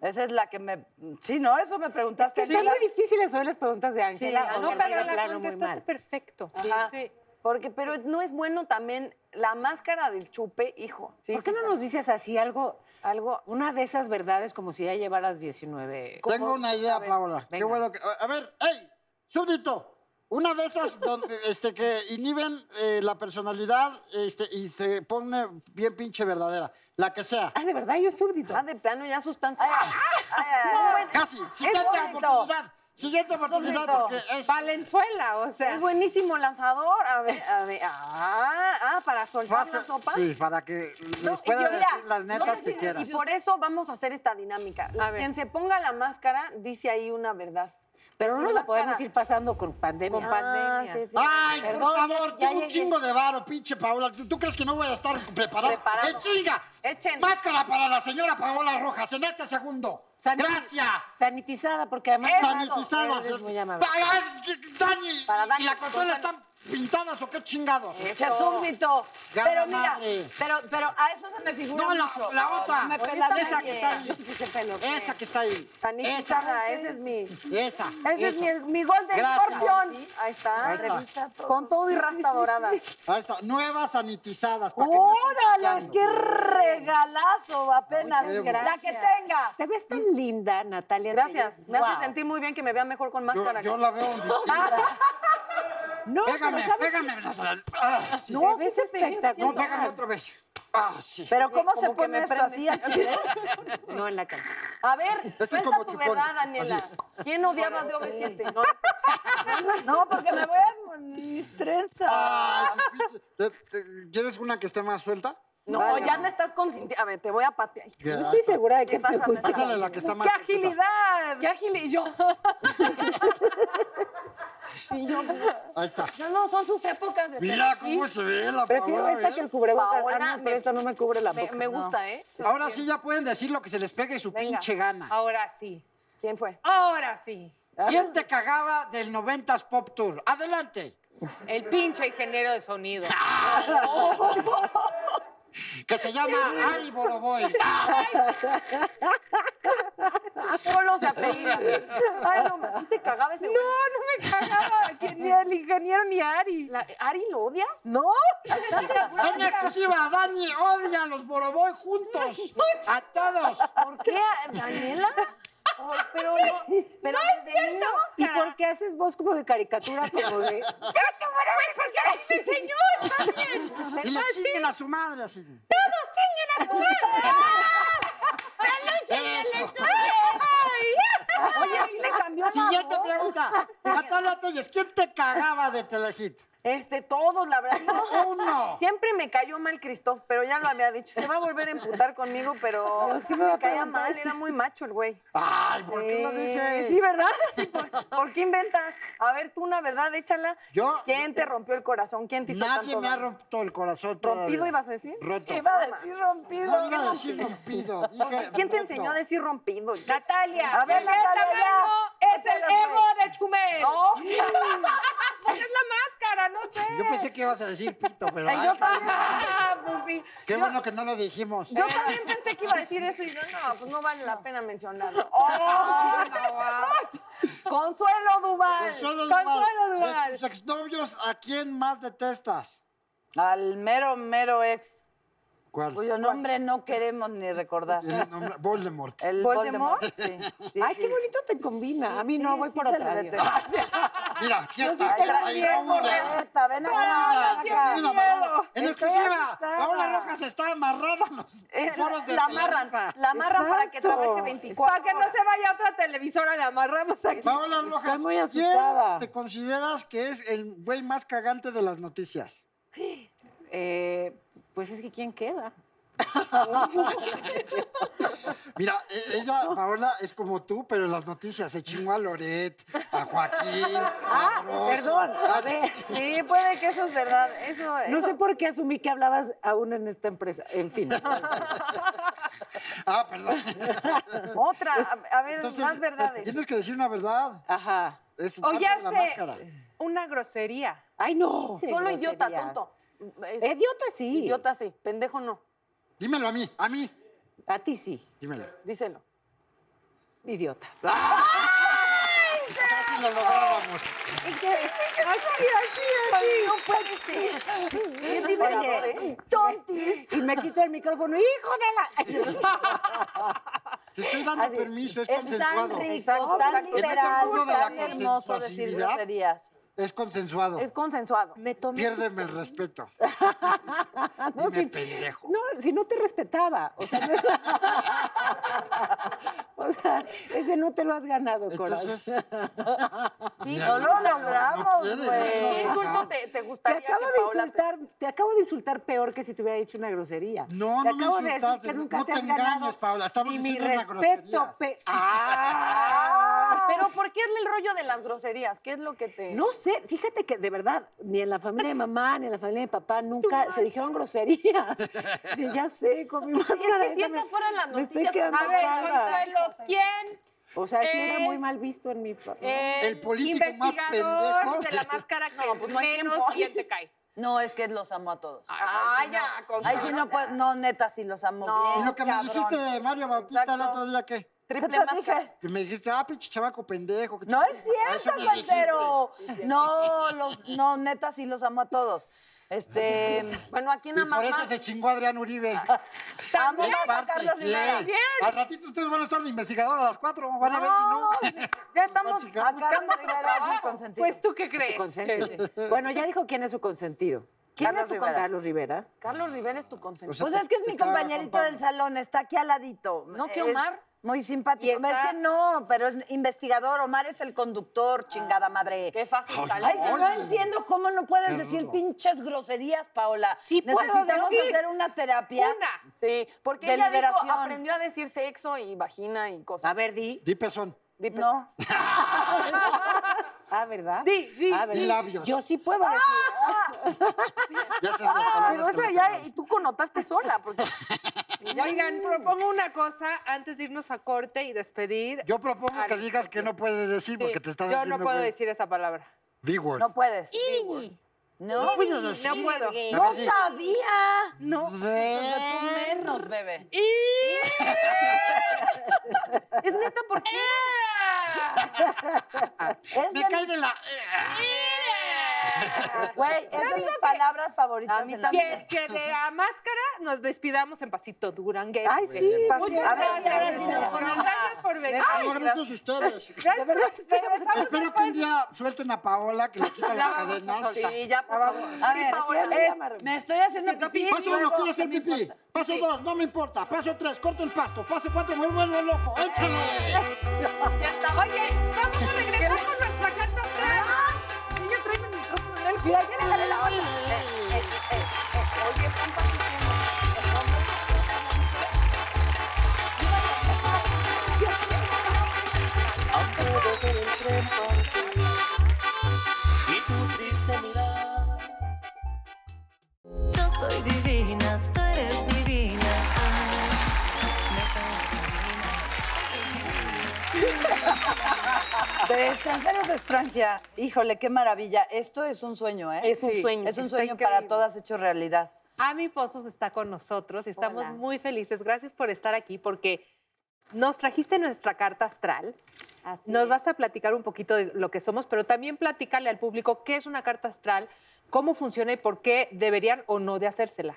S3: Esa es la que me. Sí, ¿no? Eso me preguntaste.
S5: Está
S3: Adela.
S5: muy difícil eso de las preguntas de Ángela.
S3: ah,
S5: o
S4: No,
S5: de
S4: pero
S5: Adela
S4: la
S5: Plano, muy
S4: contestaste
S5: mal.
S4: perfecto.
S2: Ajá.
S4: Sí.
S2: Porque, pero no es bueno también la máscara del chupe, hijo. Sí,
S5: ¿Por qué
S2: sí,
S5: no
S2: sí.
S5: nos dices así algo,
S2: algo?
S5: una de esas verdades como si ya llevaras 19?
S6: Tengo una idea, Paola. Qué
S5: venga.
S6: bueno que. A ver, ¡ey! ¡Súbdito! Una de esas donde, este, que inhiben eh, la personalidad este, y se pone bien pinche verdadera. La que sea.
S5: Ah, de verdad, yo súbdito.
S2: Ah, de plano ya sustancia.
S3: Ay, ay, ay,
S2: Ah.
S3: ay, ay.
S6: Casi. Siguiente
S3: bonito.
S6: oportunidad. Siguiente oportunidad
S3: bonito.
S6: porque es.
S4: Valenzuela, o sea.
S2: Es buenísimo lanzador. A ver, a ver. Ah, ah, para soltar
S6: Fácil.
S2: la sopa.
S6: Sí, para que les
S2: No, y
S6: pueda
S2: yo, mira,
S6: decir las
S2: no
S6: netas
S2: sé
S6: que
S2: si-
S6: quieran.
S2: Y por eso vamos a hacer esta dinámica.
S4: A ver.
S2: Quien se ponga la máscara dice ahí una verdad.
S5: Pero no nos la
S2: máscara.
S5: podemos ir pasando con pandemia.
S4: Con pandemia.
S2: Ah, sí, sí.
S6: Ay, por
S5: Perdón, ya-
S6: favor,
S5: ya
S6: tengo un
S5: llegué.
S6: chingo de varo, pinche Paola. ¿Tú, tú crees que no voy a estar preparado?
S2: Preparado.
S6: ¡Eh, chinga!
S2: Echen.
S6: Máscara para la señora Paola Rojas en este segundo.
S5: Sanit-
S6: Gracias.
S5: Sanitizada, porque además.
S6: Sanitizada.
S5: Eres muy amable.
S6: Para Dani.
S2: Para Dani.
S6: ¿Y la consola están pintadas o qué chingados?
S3: Che, súbdito.
S6: Gana
S3: Pero mira,
S6: madre.
S3: pero, pero a eso se me figura
S6: No, la,
S3: mucho.
S6: la otra.
S3: No me pela
S6: esa
S3: nadie.
S6: que está ahí. Esa que está ahí.
S2: Sanitizada, ese es mi.
S6: Esa. Esa.
S2: Ese es
S6: esa.
S2: mi, mi gol de
S6: Gracias.
S2: escorpión. Ahí está.
S6: Ahí está.
S2: Revisa todo. Con todo y rasta dorada.
S6: Ahí está. Nuevas sanitizadas. para que no
S3: ¡Órale!
S6: estén
S3: ¡Qué regalazo! Apenas.
S6: Ay, qué
S3: la que tenga.
S5: Te ves tan linda, Natalia.
S2: Gracias.
S5: Telles.
S2: Me
S5: Guau.
S2: hace sentir muy bien que me vea mejor con máscara.
S6: Yo,
S2: que-
S6: yo la veo distinta.
S5: No,
S6: Pégame,
S5: pero ¿sabes
S6: pégame. Venezuela. Ah, sí.
S5: No,
S2: sí
S5: ves
S2: te pegué,
S5: espectacular.
S6: No, pégame otra vez. Ah, sí.
S3: Pero ¿cómo
S2: Como
S3: se
S2: que
S3: pone
S2: me
S3: esto
S2: prende.
S3: así? aquí?
S5: No en la cama.
S2: A ver,
S6: es
S2: cuenta
S6: como
S2: tu
S6: chupón,
S2: verdad, Daniela.
S6: así.
S2: ¿Quién odiabas de OV7? No, no sé.
S3: No, porque me voy a estresar.
S6: Ah, sí, pinche. ¿Te- te- ¿Quieres una que esté más suelta?
S2: No,
S3: Vale.
S2: ya la estás consintiendo. A ver, te voy a patear.
S6: Ya,
S5: No estoy segura de que me
S3: pásame
S5: gusta.
S6: Pásale la que está más
S4: ¡Qué
S6: suelta.
S4: agilidad!
S2: ¡Qué ágil! Y yo,
S6: Ahí está.
S2: no, no, son sus épocas. De
S6: Mira cómo se ve la
S5: Prefiero
S6: Paola,
S5: esta
S6: ¿eh?
S5: que el cubrebocas.
S2: Paola,
S5: Ah, no, pero
S2: me-
S5: esta no me cubre la
S2: me,
S5: boca.
S2: me gusta, ¿eh?
S6: Ahora sí ya pueden decir lo que se les pegue su
S2: Venga. Ah,
S6: pinche gana.
S4: Ahora sí.
S2: ¿Quién fue?
S4: Ahora sí.
S2: pues
S6: ¿Quién te cagaba del 90s Pop Tour? Adelante.
S4: El pinche ingeniero de sonido.
S6: Que se llama Ari Boroboy.
S2: Polo se apellida. Ay, no, sí te cagaba ese
S4: No, no me cagaba. que Ni al ingeniero ni a Ari.
S2: La- ¿Ari lo odias?
S3: No,
S6: En exclusiva, Dani odia a los Boroboy juntos. A todos.
S2: ¿Por qué? ¿Daniela? Oh, pero no, pero desde niños.
S5: ¿Y por qué haces voz como de caricatura? Como de.
S4: ¡Me enseñó! ¡Está bien!
S6: Y le chinguen a su madre así. Eso.
S2: Oye, sí le cambió la
S6: Siguiente
S2: voz.
S6: pregunta. Natalia Telles, ¿quién te cagaba de Telehit?
S2: Este, todos, la verdad.
S6: Uno.
S2: Siempre me cayó mal Christoph, pero ya lo había dicho. Se va a volver a emputar conmigo, pero me, caía mal. Era muy macho el güey.
S6: Ay, ¿por qué lo dices?
S2: Sí, ¿verdad? Sí, ¿por, por qué inventas? A ver, tú una verdad, échala.
S6: Yo- eh,
S2: ¿Quién te rompió el corazón? ¿Quién te hizo
S6: Nadie
S2: tanto
S6: me ha
S2: daño?
S6: roto el corazón.
S2: ¿Rompido
S6: todavía.
S2: ibas a decir?
S6: Roto.
S2: Iba a decir rompido.
S6: No iba a decir rompido. dije
S2: ¿Quién te
S6: roto.
S2: enseñó a decir rompido?
S4: Natalia.
S2: A ver,
S4: el
S2: Natalia,
S4: Erta
S2: ya.
S4: Gano es el
S2: Natalia,
S4: emo de Chumel.
S2: No.
S4: Pues es la máscara, no sé.
S6: Yo pensé que ibas a decir pito, pero. ay,
S4: Ah, pues sí.
S6: qué bueno que no lo dijimos.
S2: Yo también pensé que iba a decir eso y yo, no, pues no vale la pena mencionarlo.
S6: Ah, no, ah.
S2: Consuelo Duval.
S6: Consuelo
S4: Consuelo
S6: Duval,
S4: Duval.
S6: De tus exnovios, ¿a quién más detestas?
S3: al mero, mero ex,
S6: ¿Cuál?
S3: cuyo nombre no queremos ni recordar.
S6: El nombre- Voldemort.
S3: El
S2: ¿Voldemort?
S3: Voldemort. Sí, sí,
S5: Ay,
S3: sí.
S5: qué bonito te combina. A mí no,
S3: Sí,
S5: voy
S3: sí
S5: por
S3: se
S5: otra.
S3: le
S5: Dios.
S3: detesta.
S6: Mira, ¿quién
S3: Ahí
S6: está?
S3: trae
S6: Ahí
S3: bien,
S6: vamos,
S3: Rebeca, ven acá,
S6: Mira,
S3: ven
S6: tiene una
S3: acá.
S6: amarrada. En
S3: Estoy
S6: exclusiva,
S3: asustada.
S6: Paola Rojas está amarrada a los
S2: Eh,
S6: foros de
S2: la amarran,
S6: Televisa.
S2: la amarran para que
S5: Exacto.
S2: trabaje
S4: Para
S2: 24
S4: que no
S2: horas.
S4: se vaya a otra televisora, la amarramos aquí.
S6: Paola Rojas,
S5: muy
S6: ¿quién
S5: asustada.
S6: te consideras que es el güey más cagante de las noticias?
S5: Eh, pues es que ¿quién queda?
S6: Mira, e- ella, Paola, es como tú, pero en las noticias se chingó a Loret, a Joaquín, Ah, a Broso.
S5: Perdón, a
S6: Ah,
S5: ver.
S2: Sí, puede que eso es verdad. Eso,
S5: No
S2: eso-
S5: sé por qué asumí que hablabas aún en esta empresa. En fin.
S6: Ah, perdón.
S2: Otra, a, a ver, más verdades.
S6: Tienes que decir una verdad.
S5: Ajá.
S6: Es
S4: O
S6: parte
S4: Oh, ya
S6: de la
S4: sé,
S6: máscara.
S4: una grosería.
S5: Ay, no.
S2: Solo idiota,
S5: Groserías.
S2: tonto. Es-
S5: Idiota sí.
S2: Idiota sí, pendejo no.
S6: Dímelo a mí, a mí.
S5: A ti sí.
S6: Dímelo.
S2: Díselo.
S5: Idiota.
S6: Casi lo lográbamos.
S2: No puede ser. Qué liberador, ¿eh?
S5: ¡Tontis! Y me quito el micrófono. ¡Hijo de la!
S6: Te estoy dando
S5: Así,
S6: permiso, es,
S3: Es
S6: consensuado.
S3: tan rico,
S2: Exacto.
S3: tan
S2: En
S6: este
S3: liberal,
S6: mundo de la
S3: tan hermoso decir
S6: consensuatividad.
S3: groserías.
S6: Es consensuado.
S2: Es consensuado.
S5: Me tomé.
S6: Piérdeme el respeto.
S5: No,
S6: Dime,
S5: si,
S6: pendejo.
S5: no, si no te respetaba. O sea, no- o sea, ese no te lo has ganado, corazón.
S6: Entonces,
S2: Sí,
S6: Ya,
S2: no
S6: no,
S2: lo
S6: no, no
S2: logramos,
S6: quiere, no
S2: güey.
S6: quiere.
S2: ¿Qué insulto te, te
S5: Te
S2: gustaría
S5: acabo,
S2: que
S5: de
S2: Paola te-
S5: insultar, te acabo de insultar peor que si te hubiera dicho una grosería.
S6: No,
S5: te
S6: no me
S5: acabo de
S6: insultaste,
S5: decir que
S6: no-
S5: nunca
S6: no
S5: te,
S6: te
S5: has ganado
S6: engañes, Paola, estamos
S5: ni
S6: diciendo
S5: mi
S6: unas
S5: respeto.
S6: groserías.
S5: pe- ¡Ah!
S2: Ah, Pero ¿por qué es el rollo de las groserías? ¿Qué es lo que te...?
S5: No sé, fíjate que de verdad, ni en la familia de mamá, ni en la familia de papá, nunca se dijeron groserías. Ni ya sé, con mi máscara.
S2: si
S5: esta me-
S2: estas fueran las
S5: me estoy
S2: noticias,
S5: quedando
S4: A ver,
S5: calva.
S4: Consuelo, ¿quién?
S5: O sea, sí era
S4: es-
S5: muy mal visto en mi familia.
S6: El político más
S4: investigador
S6: pendejo.
S4: de la máscara que
S3: no hay
S4: menos
S3: tiempo.
S4: bien te cae.
S3: No, es que los amo a todos.
S2: Ah, ya, con
S3: Ay, sí, no, pues, no, neta, sí los amo bien.
S6: y lo que me
S3: cabrón.
S6: dijiste de Mario Bautista el
S2: Exacto.
S6: otro día, ¿qué?
S3: ¿Qué
S2: triple
S3: te
S2: máscara.
S3: dije?
S6: Que me dijiste, ah, pinche chavaco pendejo. que-
S3: No es
S6: Ah, eso
S3: cierto,
S6: me dijiste.
S3: Pantero. No, los, no, neta, sí los amo a todos. Este,
S2: Bueno, aquí
S6: Y
S2: nada más.
S6: por eso
S2: más.
S6: se chingó Adrián Uribe.
S3: amo
S6: Es
S3: más a
S6: parte,
S3: Carlos
S6: sí.
S3: Rivera.
S4: Bien.
S6: Al ratito ustedes van a estar de investigador a las cuatro. Van a ver si no.
S3: Ya
S6: Va a
S3: estamos
S6: chingar.
S3: a Carlos Rivera es mi consentido.
S4: Pues tú qué crees.
S5: Consentido. Bueno, ya dijo quién es su consentido.
S3: ¿Quién es tu
S2: Rivera.
S5: Carlos Rivera.
S2: Carlos Rivera es tu consentido.
S6: O sea,
S3: Pues es que es mi
S6: Está
S3: compañerito
S6: acompañado.
S3: del salón, está aquí al ladito.
S2: No, que
S3: Es
S2: Omar.
S3: Muy
S2: Y
S3: simpático.
S2: está-
S3: Es que no, pero es investigador. Omar es el conductor, chingada madre.
S2: Qué fácil salir.
S3: Ay, que no
S6: Oye.
S3: entiendo cómo no puedes decir pinches groserías, Paola.
S4: Sí puedo
S3: Necesitamos
S4: decir.
S3: hacer una terapia.
S4: Una.
S2: Sí, porque
S3: De
S2: ella dijo,
S3: liberación.
S2: aprendió a decir sexo y vagina y cosas.
S5: A ver, di.
S6: Di pezón.
S3: No.
S5: Ah, ¿verdad?
S4: Di, di,
S5: Ah, ¿verdad?
S6: di. Labios.
S5: Yo sí Ah. puedo decir.
S6: Ya
S3: Ah,
S6: sabes las palabras
S2: Pero
S6: que
S2: esa
S6: me
S2: ya,
S6: acaban.
S2: y tú connotaste sola, porque
S4: Oigan, propongo una cosa antes de irnos a corte y despedir. Eh,
S6: Yo propongo que digas que no puedes decir porque te estás
S4: Yo
S6: haciendo...
S4: no puedo
S6: güey.
S4: decir esa palabra.
S6: B-word.
S3: No puedes. No.
S6: No puedes decir.
S4: No puedo.
S6: A
S3: No
S6: ver, di.
S3: sabía.
S4: No.
S3: Pues tú menos, bebé.
S4: Y- es neta, ¿por qué?
S3: Es
S6: Me
S3: de-
S6: cae de la... eh,
S3: Güey, es de mis palabras favoritas en la vida.
S4: Que, que de la máscara nos despidamos en pasito duranguero.
S5: Ay, sí,
S4: Muchas
S5: pasito.
S3: A ver,
S4: gracias.
S3: y ahora sí nos ponemos
S4: gracias por venir.
S6: Ay, gracias a ustedes.
S4: Gracias. Regresamos
S6: Espero que un
S4: después.
S6: día suelten a Paola, que le quitan las cadenas.
S2: sí, ya, por favor.
S3: A ver, es- me estoy haciendo pipí.
S6: Paso uno,
S3: luego-
S6: quiero hacer pipí. Paso dos, no me importa. Paso tres, corto el pasto. Paso cuatro, me vuelvo loco. ¡Échale!
S4: Ya está. Oye, vamos a regresar con nuestra carta astral. Niño, tráeme el micrófono en el cuello. Llégale la otra.
S1: Yo soy divina, tú eres divina. Ay, netas divinas, esas divinas.
S3: De extranjeros de extranjera. Híjole, qué maravilla. Esto es un sueño, ¿eh?
S2: Es un sueño.
S3: Es un
S4: Está
S3: sueño
S4: increíble.
S3: para todas hecho realidad.
S4: Ami Pozos está con nosotros y estamos
S3: Hola.
S4: muy felices. Gracias por estar aquí porque nos trajiste nuestra carta astral. nos vas a platicar un poquito de lo que somos, pero también platicarle al público qué es una carta astral, cómo funciona y por qué deberían o no de hacérsela.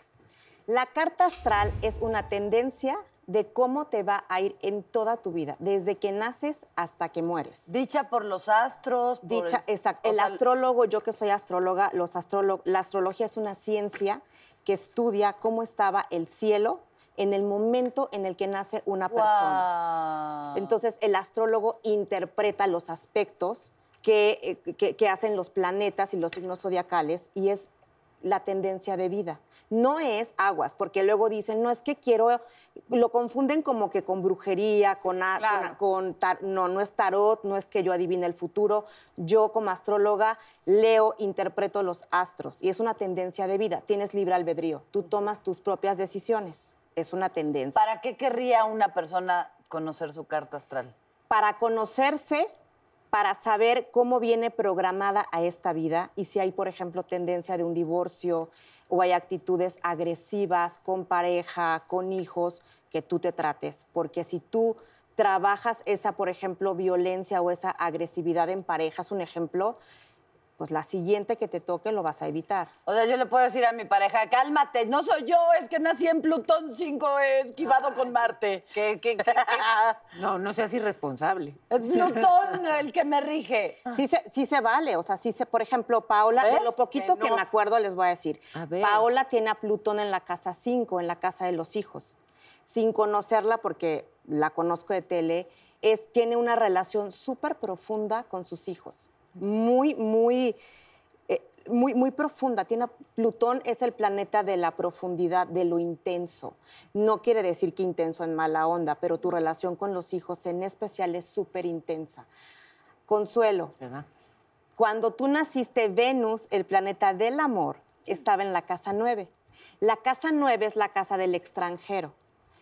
S8: La carta astral es una tendencia de cómo te va a ir en toda tu vida, desde que naces hasta que mueres.
S3: Dicha por los astros. por
S8: Dicha,
S3: el-
S8: exacto.
S3: o
S8: El
S3: sea,
S8: astrólogo, yo que soy astróloga, los astrolo- la astrología es una ciencia que estudia cómo estaba el cielo en el momento en el que nace una persona.
S3: ¡Guau!
S8: Entonces, el astrólogo interpreta los aspectos que, eh, que- que hacen los planetas y los signos zodiacales y es la tendencia de vida. No es aguas, porque luego dicen, no es que quiero, lo confunden como que con brujería, con, a-
S4: Claro.
S8: con, con tar- no, no es tarot, no es que yo adivine el futuro. Yo como astróloga leo, interpreto los astros y es una tendencia de vida. Tienes libre albedrío, tú tomas tus propias decisiones, es una tendencia.
S3: ¿Para qué querría una persona conocer su carta astral?
S8: para conocerse, para saber cómo viene programada a esta vida y si hay, por ejemplo, tendencia de un divorcio o hay actitudes agresivas con pareja, con hijos, que tú te trates. Porque si tú trabajas esa, por ejemplo, violencia o esa agresividad en pareja, es un ejemplo, pues la siguiente que te toque lo vas a evitar.
S3: O sea, yo le puedo decir a mi pareja, cálmate, no soy yo, es que nací en Plutón 5, he esquivado con Marte.
S2: ¿Qué, qué, qué,
S5: No, no seas irresponsable.
S3: Es Plutón el que me rige.
S8: Sí se, sí se vale, o sea, sí se, por ejemplo, Paola, de
S3: ¿Ves?
S8: lo poquito
S2: Que
S8: que,
S2: no.
S8: me acuerdo les voy a decir,
S5: A ver.
S8: Paola tiene a Plutón en la casa 5, en la casa de los hijos, sin conocerla porque la conozco de tele, es, tiene una relación súper profunda con sus hijos, muy, muy, eh, muy, muy profunda. Tiene, a- Plutón es el planeta de la profundidad, de lo intenso. No quiere decir que intenso en mala onda, pero tu relación con los hijos en especial es súper intensa. Consuelo,
S5: ¿Verdad?
S8: cuando tú naciste, Venus, el planeta del amor, estaba en la casa 9. La casa 9 es la casa del extranjero.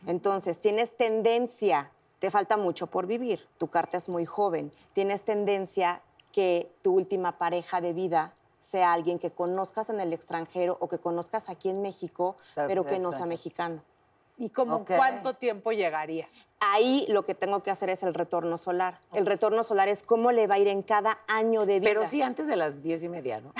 S8: Entonces, tienes tendencia, te falta mucho por vivir, tu carta es muy joven, tienes tendencia que tu última pareja de vida sea alguien que conozcas en el extranjero o que conozcas aquí en México,
S3: Pero
S8: pero,
S3: que sea
S8: que no sea
S3: extranjero.
S8: mexicano.
S4: Y como
S3: Ok.
S4: cuánto tiempo llegaría.
S8: Ahí lo que tengo que hacer es el retorno solar. El retorno solar es cómo le va a ir en cada año de vida.
S5: Pero sí antes de las diez y media, ¿no?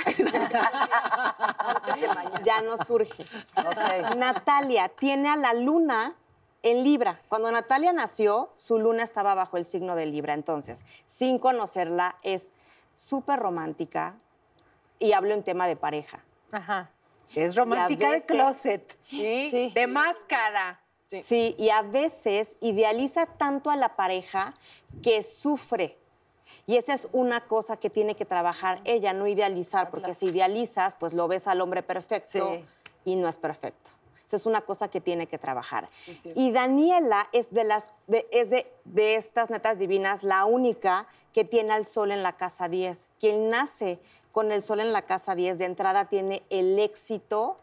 S8: ya no surge.
S3: Ok.
S8: Natalia tiene a la luna en Libra. Cuando Natalia nació, su luna estaba bajo el signo de Libra. Entonces, sin conocerla, es súper romántica y hablo en tema de pareja.
S4: Ajá.
S5: Es romántica de
S8: veces-
S5: closet.
S2: Sí.
S4: De máscara.
S8: Sí, y a veces idealiza tanto a la pareja que sufre. Y esa es una cosa que tiene que trabajar ella, no idealizar, porque si idealizas, pues lo ves al hombre perfecto
S5: Sí.
S8: y no es perfecto. Esa es una cosa que tiene que trabajar. Y Daniela es de las de, es de, de estas netas divinas la única que tiene al sol en la casa 10. Quien nace con el sol en la casa 10 de entrada tiene el éxito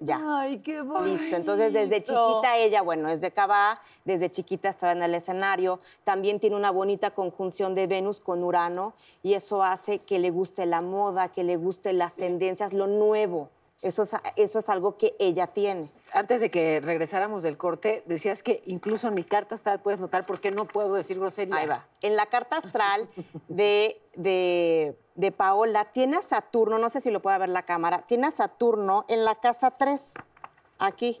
S8: ya.
S3: Ay, qué bonito.
S8: Listo, entonces desde chiquita ella, bueno, es de Cabá, desde chiquita estaba en el escenario, también tiene una bonita conjunción de Venus con Urano y eso hace que le guste la moda, que le guste las tendencias, lo nuevo. Eso es, eso es algo que ella tiene.
S5: Antes de que regresáramos del corte, decías que incluso en mi carta astral puedes notar por qué no puedo decir grosería.
S8: Ahí va. En la carta astral de, de, de Paola tiene a Saturno, no sé si lo puede ver la cámara, tiene a Saturno en la casa 3, aquí.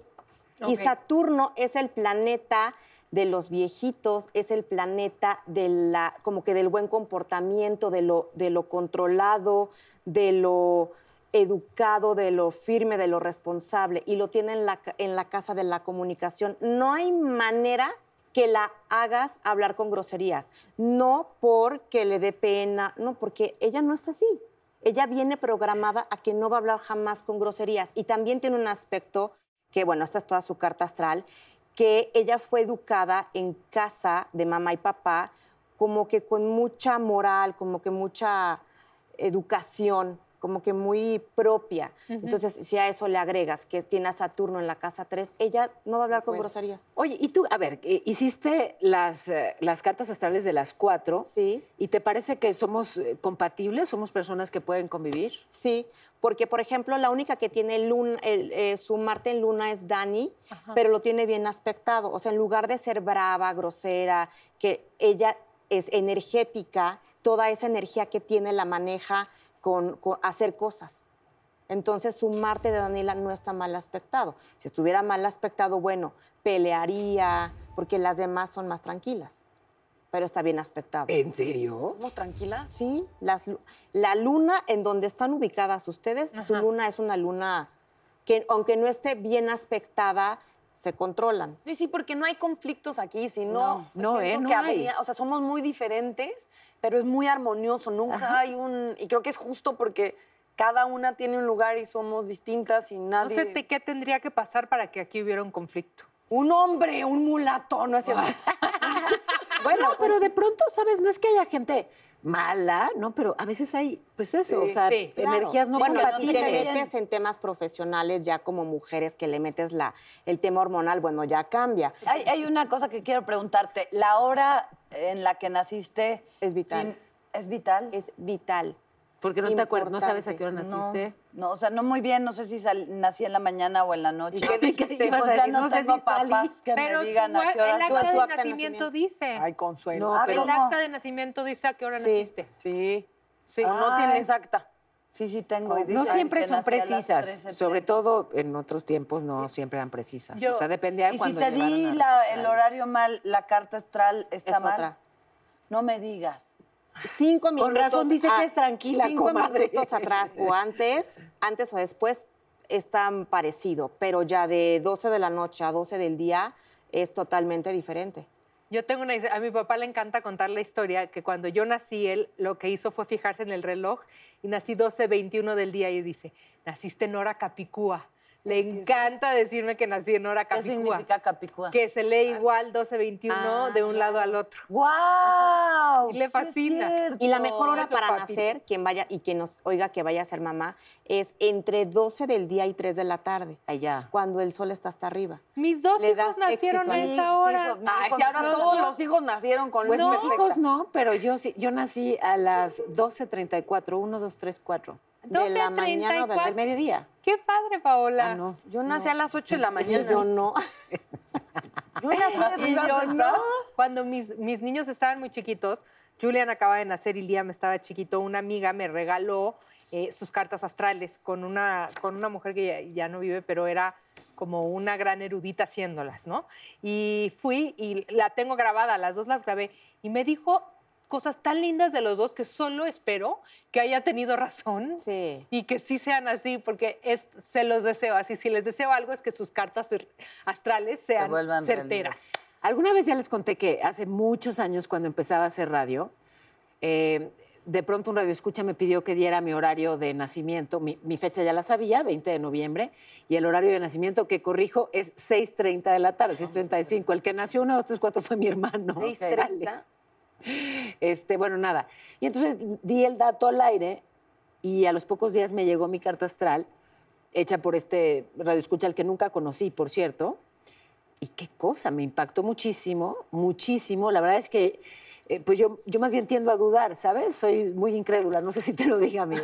S8: Y
S4: Ok.
S8: Saturno es el planeta de los viejitos, es el planeta de la, como que del buen comportamiento, de lo, de lo controlado, de lo educado, de lo firme, de lo responsable. Y lo tiene en la, ca- en la casa de la comunicación. No hay manera que la hagas hablar con groserías. No porque le dé pena, no, porque ella no es así. Ella viene programada a que no va a hablar jamás con groserías. Y también tiene un aspecto que, bueno, esta es toda su carta astral, que ella fue educada en casa de mamá y papá, como que con mucha moral, como que mucha educación, como que muy propia. Entonces, si a eso le agregas que tiene a Saturno en la casa 3, ella no va a hablar con groserías.
S5: Oye, y tú, a ver, eh, hiciste las, eh, las cartas astrales de las cuatro.
S8: Sí.
S5: ¿Y te parece que somos eh, compatibles? ¿Somos personas que pueden convivir?
S8: Sí, porque por ejemplo la única que tiene luna- el, eh, su Marte en luna es Dani, pero lo tiene bien aspectado. O sea, en lugar de ser brava, grosera, que ella es energética, toda esa energía que tiene la maneja con, con hacer cosas. Entonces su Marte de Daniela no está mal aspectado. Si estuviera mal aspectado, bueno, pelearía, porque las demás son más tranquilas, pero está bien aspectado.
S5: ¿En serio?
S2: ¿Somos tranquilas?
S8: Sí, las lu- la luna en donde están ubicadas ustedes, su luna es una luna que aunque no esté bien aspectada, se controlan.
S2: Sí, sí, porque no hay conflictos aquí, sino
S5: No,
S2: siento
S5: no, ¿eh? No
S2: que
S5: hay.
S2: habría- o sea, somos muy diferentes, pero es muy armonioso, nunca hay un y creo que es justo porque cada una tiene un lugar y somos distintas y nadie
S4: No sé te- qué tendría que pasar para que aquí hubiera un conflicto.
S2: un hombre, un mulato, no es cierto.
S5: Bueno,
S3: pues
S5: pero de pronto, ¿sabes? No es que haya gente mala, ¿no? Pero a veces hay, pues eso, o sea,
S4: sí,
S8: Claro.
S5: energías no
S8: bueno, si
S5: compatibles.
S8: te metes en temas profesionales ya como mujeres que le metes la el tema hormonal, bueno, ya cambia.
S3: Hay, hay una cosa que quiero preguntarte. La hora en la que naciste
S8: Es vital.
S3: es vital.
S8: Es vital.
S5: Porque no te acuerdas, no sabes a qué hora
S3: No,
S5: naciste.
S3: No, o sea, no muy bien. No sé si sal- nací en la mañana o en la noche.
S5: qué dijiste?
S3: O
S5: Ibas a
S3: sea,
S5: decir,
S3: no,
S5: no sé
S3: tengo
S5: si salí.
S3: papás que
S4: Pero
S3: me
S4: tú,
S3: digan a qué
S4: el
S3: hora
S4: acta
S8: tu
S4: de
S8: acta de
S4: nacimiento
S8: nacimiento.
S4: dice.
S2: Ay, consuelo.
S5: No,
S3: Ah,
S5: pero
S4: el
S3: ¿cómo?
S4: acta de nacimiento dice a qué hora
S8: Sí.
S4: naciste.
S2: Sí.
S4: Sí.
S3: Ah,
S2: No tiene
S3: Ay.
S2: exacta.
S3: Sí, sí tengo. y dice
S5: No
S3: ahí
S5: siempre
S3: que
S5: son
S3: nací a las
S5: precisas,
S3: 13:30.
S5: sobre todo en otros tiempos no siempre eran precisas.
S4: Yo-
S5: o sea, dependía de
S3: Y si
S5: cuando
S3: te di
S5: llevaron a-
S3: la- el horario mal, la carta astral está
S8: Es
S3: mal.
S8: otra.
S3: No me digas.
S8: Cinco minutos.
S5: razón dice que es tranquila,
S8: Cinco
S5: comadre.
S8: minutos atrás o antes, antes o después, es tan parecido, pero ya de 12 de la noche a 12 del día es totalmente diferente.
S4: Yo tengo una historia- a mi papá le encanta contar la historia que cuando yo nací él lo que hizo fue fijarse en el reloj y nací 12:21 del día y dice, "Naciste en hora capicúa." Le encanta decirme que nací en hora
S3: ¿Qué
S4: capicúa.
S3: significa capicúa?
S4: Que se lee igual
S8: Ah,
S4: 12:21 de un lado al otro.
S3: ¡Wow!
S4: Y le fascina.
S8: Y la mejor hora
S4: Eso,
S8: para
S4: papi.
S8: nacer, quien vaya y quien nos oiga que vaya a ser mamá, es entre 12 del día y 3 de la tarde,
S5: allá.
S8: cuando el sol está hasta arriba.
S4: Mis dos
S8: Le
S4: hijos
S8: das
S4: nacieron
S8: éxito pues,
S4: a
S8: a
S4: esa hora.
S2: Ay, si ahora todos los hijos nacieron con
S5: Pues
S2: luz
S5: mis
S2: perfecta.
S5: hijos no, pero yo sí, yo nací a las 12.34, 1, 2, 3, 4.
S8: De la mañana o de
S5: Del mediodía.
S4: Qué padre, Paola.
S5: Ah, no.
S2: Yo nací a las 8 de la mañana.
S8: Yo no.
S2: Yo nací a las
S3: Y yo no.
S4: Cuando mis, mis niños estaban muy chiquitos, Julian acaba de nacer y Liam estaba chiquito, una amiga me regaló eh, sus cartas astrales con una, con una mujer que ya, ya no vive, pero era como una gran erudita haciéndolas, ¿no? Y fui y la tengo grabada, las dos las grabé, y me dijo cosas tan lindas de los dos que solo espero que haya tenido razón
S8: Sí.
S4: y que sí sean así, porque es, se los deseo así. Si les deseo algo es que sus cartas er- astrales sean
S3: vuelvan
S4: certeras.
S5: Alguna vez ya les conté que hace muchos años, cuando empezaba a hacer radio, eh, de pronto un radioescucha me pidió que diera mi horario de nacimiento. Mi, mi fecha ya la sabía, 20 de noviembre, y el horario de nacimiento que corrijo es 6.30 de la tarde, 6.35. El que nació 1, 2, 3, 4 fue mi hermano.
S2: 6:30.
S5: Dale. Este, bueno, nada. Y entonces di el dato al aire y a los pocos días me llegó mi carta astral, hecha por este radioescucha al que nunca conocí, por cierto. Y qué cosa, me impactó muchísimo, muchísimo. La verdad es que, eh, pues yo, yo más bien tiendo a dudar, ¿sabes? Soy muy incrédula, no sé si te lo dije a mí.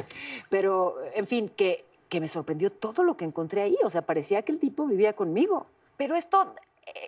S5: Pero, en fin, que, que me sorprendió todo lo que encontré ahí. O sea, parecía que el tipo vivía conmigo.
S2: Pero esto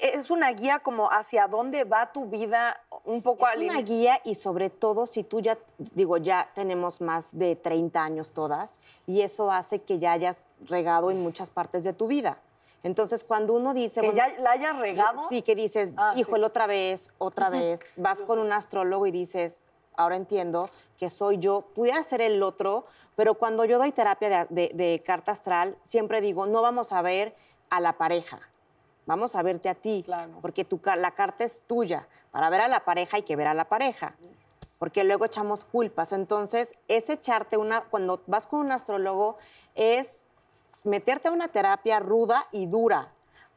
S2: es una guía como hacia dónde va tu vida un poco
S8: Es
S2: al
S8: una
S2: in-
S8: guía y sobre todo si tú ya, digo, ya tenemos más de 30 años todas y eso hace que ya hayas regado en muchas partes de tu vida. Entonces, cuando uno dice...
S2: que
S8: bueno,
S2: ya la hayas regado.
S8: Sí, que dices,
S2: Ah,
S8: híjole, otra vez, otra vez. Vas con un astrólogo y dices, ahora entiendo que soy yo, pudiera ser el otro, pero cuando yo doy terapia de, de- de carta astral, siempre digo, no vamos a ver a la pareja, vamos a verte a ti,
S2: Claro.
S8: porque tu, ca- la carta es tuya. Para ver a la pareja hay que ver a la pareja, porque luego echamos culpas. Entonces, ese echarte una, cuando vas con un astrólogo, es meterte a una terapia ruda y dura,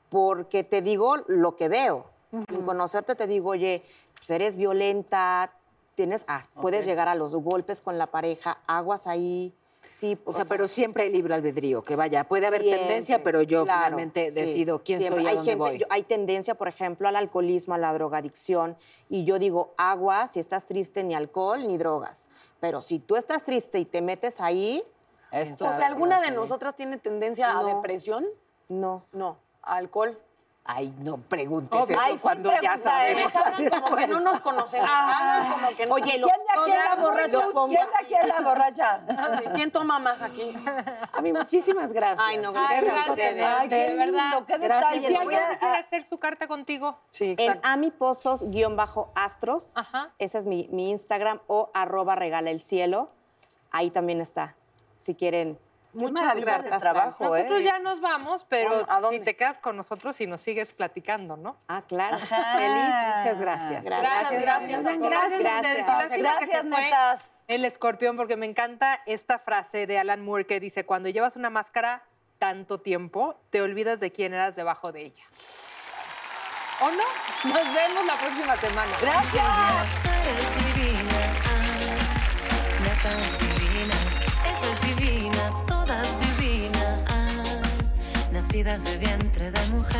S8: porque te digo lo que veo. Sin conocerte te digo, oye, pues eres violenta, tienes, ah, puedes llegar a los golpes con la pareja, aguas ahí. Sí,
S5: O, sea, pero siempre hay libre albedrío, que vaya, puede haber tendencia, pero yo finalmente decido quién soy y a
S8: hay
S5: dónde
S8: gente-
S5: voy.
S8: yo- hay tendencia, por ejemplo, al alcoholismo, a la drogadicción. Y yo digo, agua, si estás triste, ni alcohol, ni drogas. Pero si tú estás triste y te metes ahí,
S3: Esto
S2: O sea, ¿alguna de nosotras tiene tendencia a
S8: No.
S2: depresión?
S8: no.
S2: No, a alcohol.
S5: Ay, no preguntes
S3: Oh,
S5: eso
S2: Ay, son
S5: cuando ya
S2: preguntas,
S5: sabes.
S2: ¿eh? Hablan como que no nos conocemos. Hablan como que no.
S8: Oye, lo-
S2: ¿quién de aquí
S8: todo
S2: es la
S8: lo
S2: borracha?
S8: pongo
S2: ¿Quién de aquí es la
S3: borracha?
S2: borracha? ¿Quién toma más aquí?
S5: A mí muchísimas gracias.
S8: Ay, no,
S4: Ay,
S8: gracias.
S4: gracias,
S3: Ay, qué
S4: de verdad.
S3: lindo, qué
S5: Gracias.
S3: detalle.
S4: Si
S3: Lo voy
S4: alguien
S3: a-
S4: quiere hacer su carta contigo,
S2: Sí,
S8: En amipozos-astros,
S4: Ajá.
S8: ese es mi, mi Instagram, o arroba regala el cielo, ahí también está, si quieren.
S3: Muchas gracias. trabajo,
S4: Nosotros
S3: ¿eh?
S4: ya nos vamos, pero
S2: ¿A dónde?
S4: si te quedas con nosotros y nos sigues platicando, ¿no?
S8: Ah, claro,
S3: Feliz.
S5: Muchas gracias.
S2: Gracias, gracias.
S4: Muchas
S2: Gracias.
S4: Gracias, ustedes. Gracias,
S2: Gracias,
S4: porque se fue
S2: netas.
S4: El escorpión, porque me encanta esta frase de Alan Moore que dice, cuando llevas una máscara tanto tiempo, te olvidas de quién eras debajo de ella. ¿O no? Nos vemos la próxima semana. Gracias.
S1: Tú eres divina, ah, netas divinas, esa es divina, todas divinas, nacidas de vientre de mujer.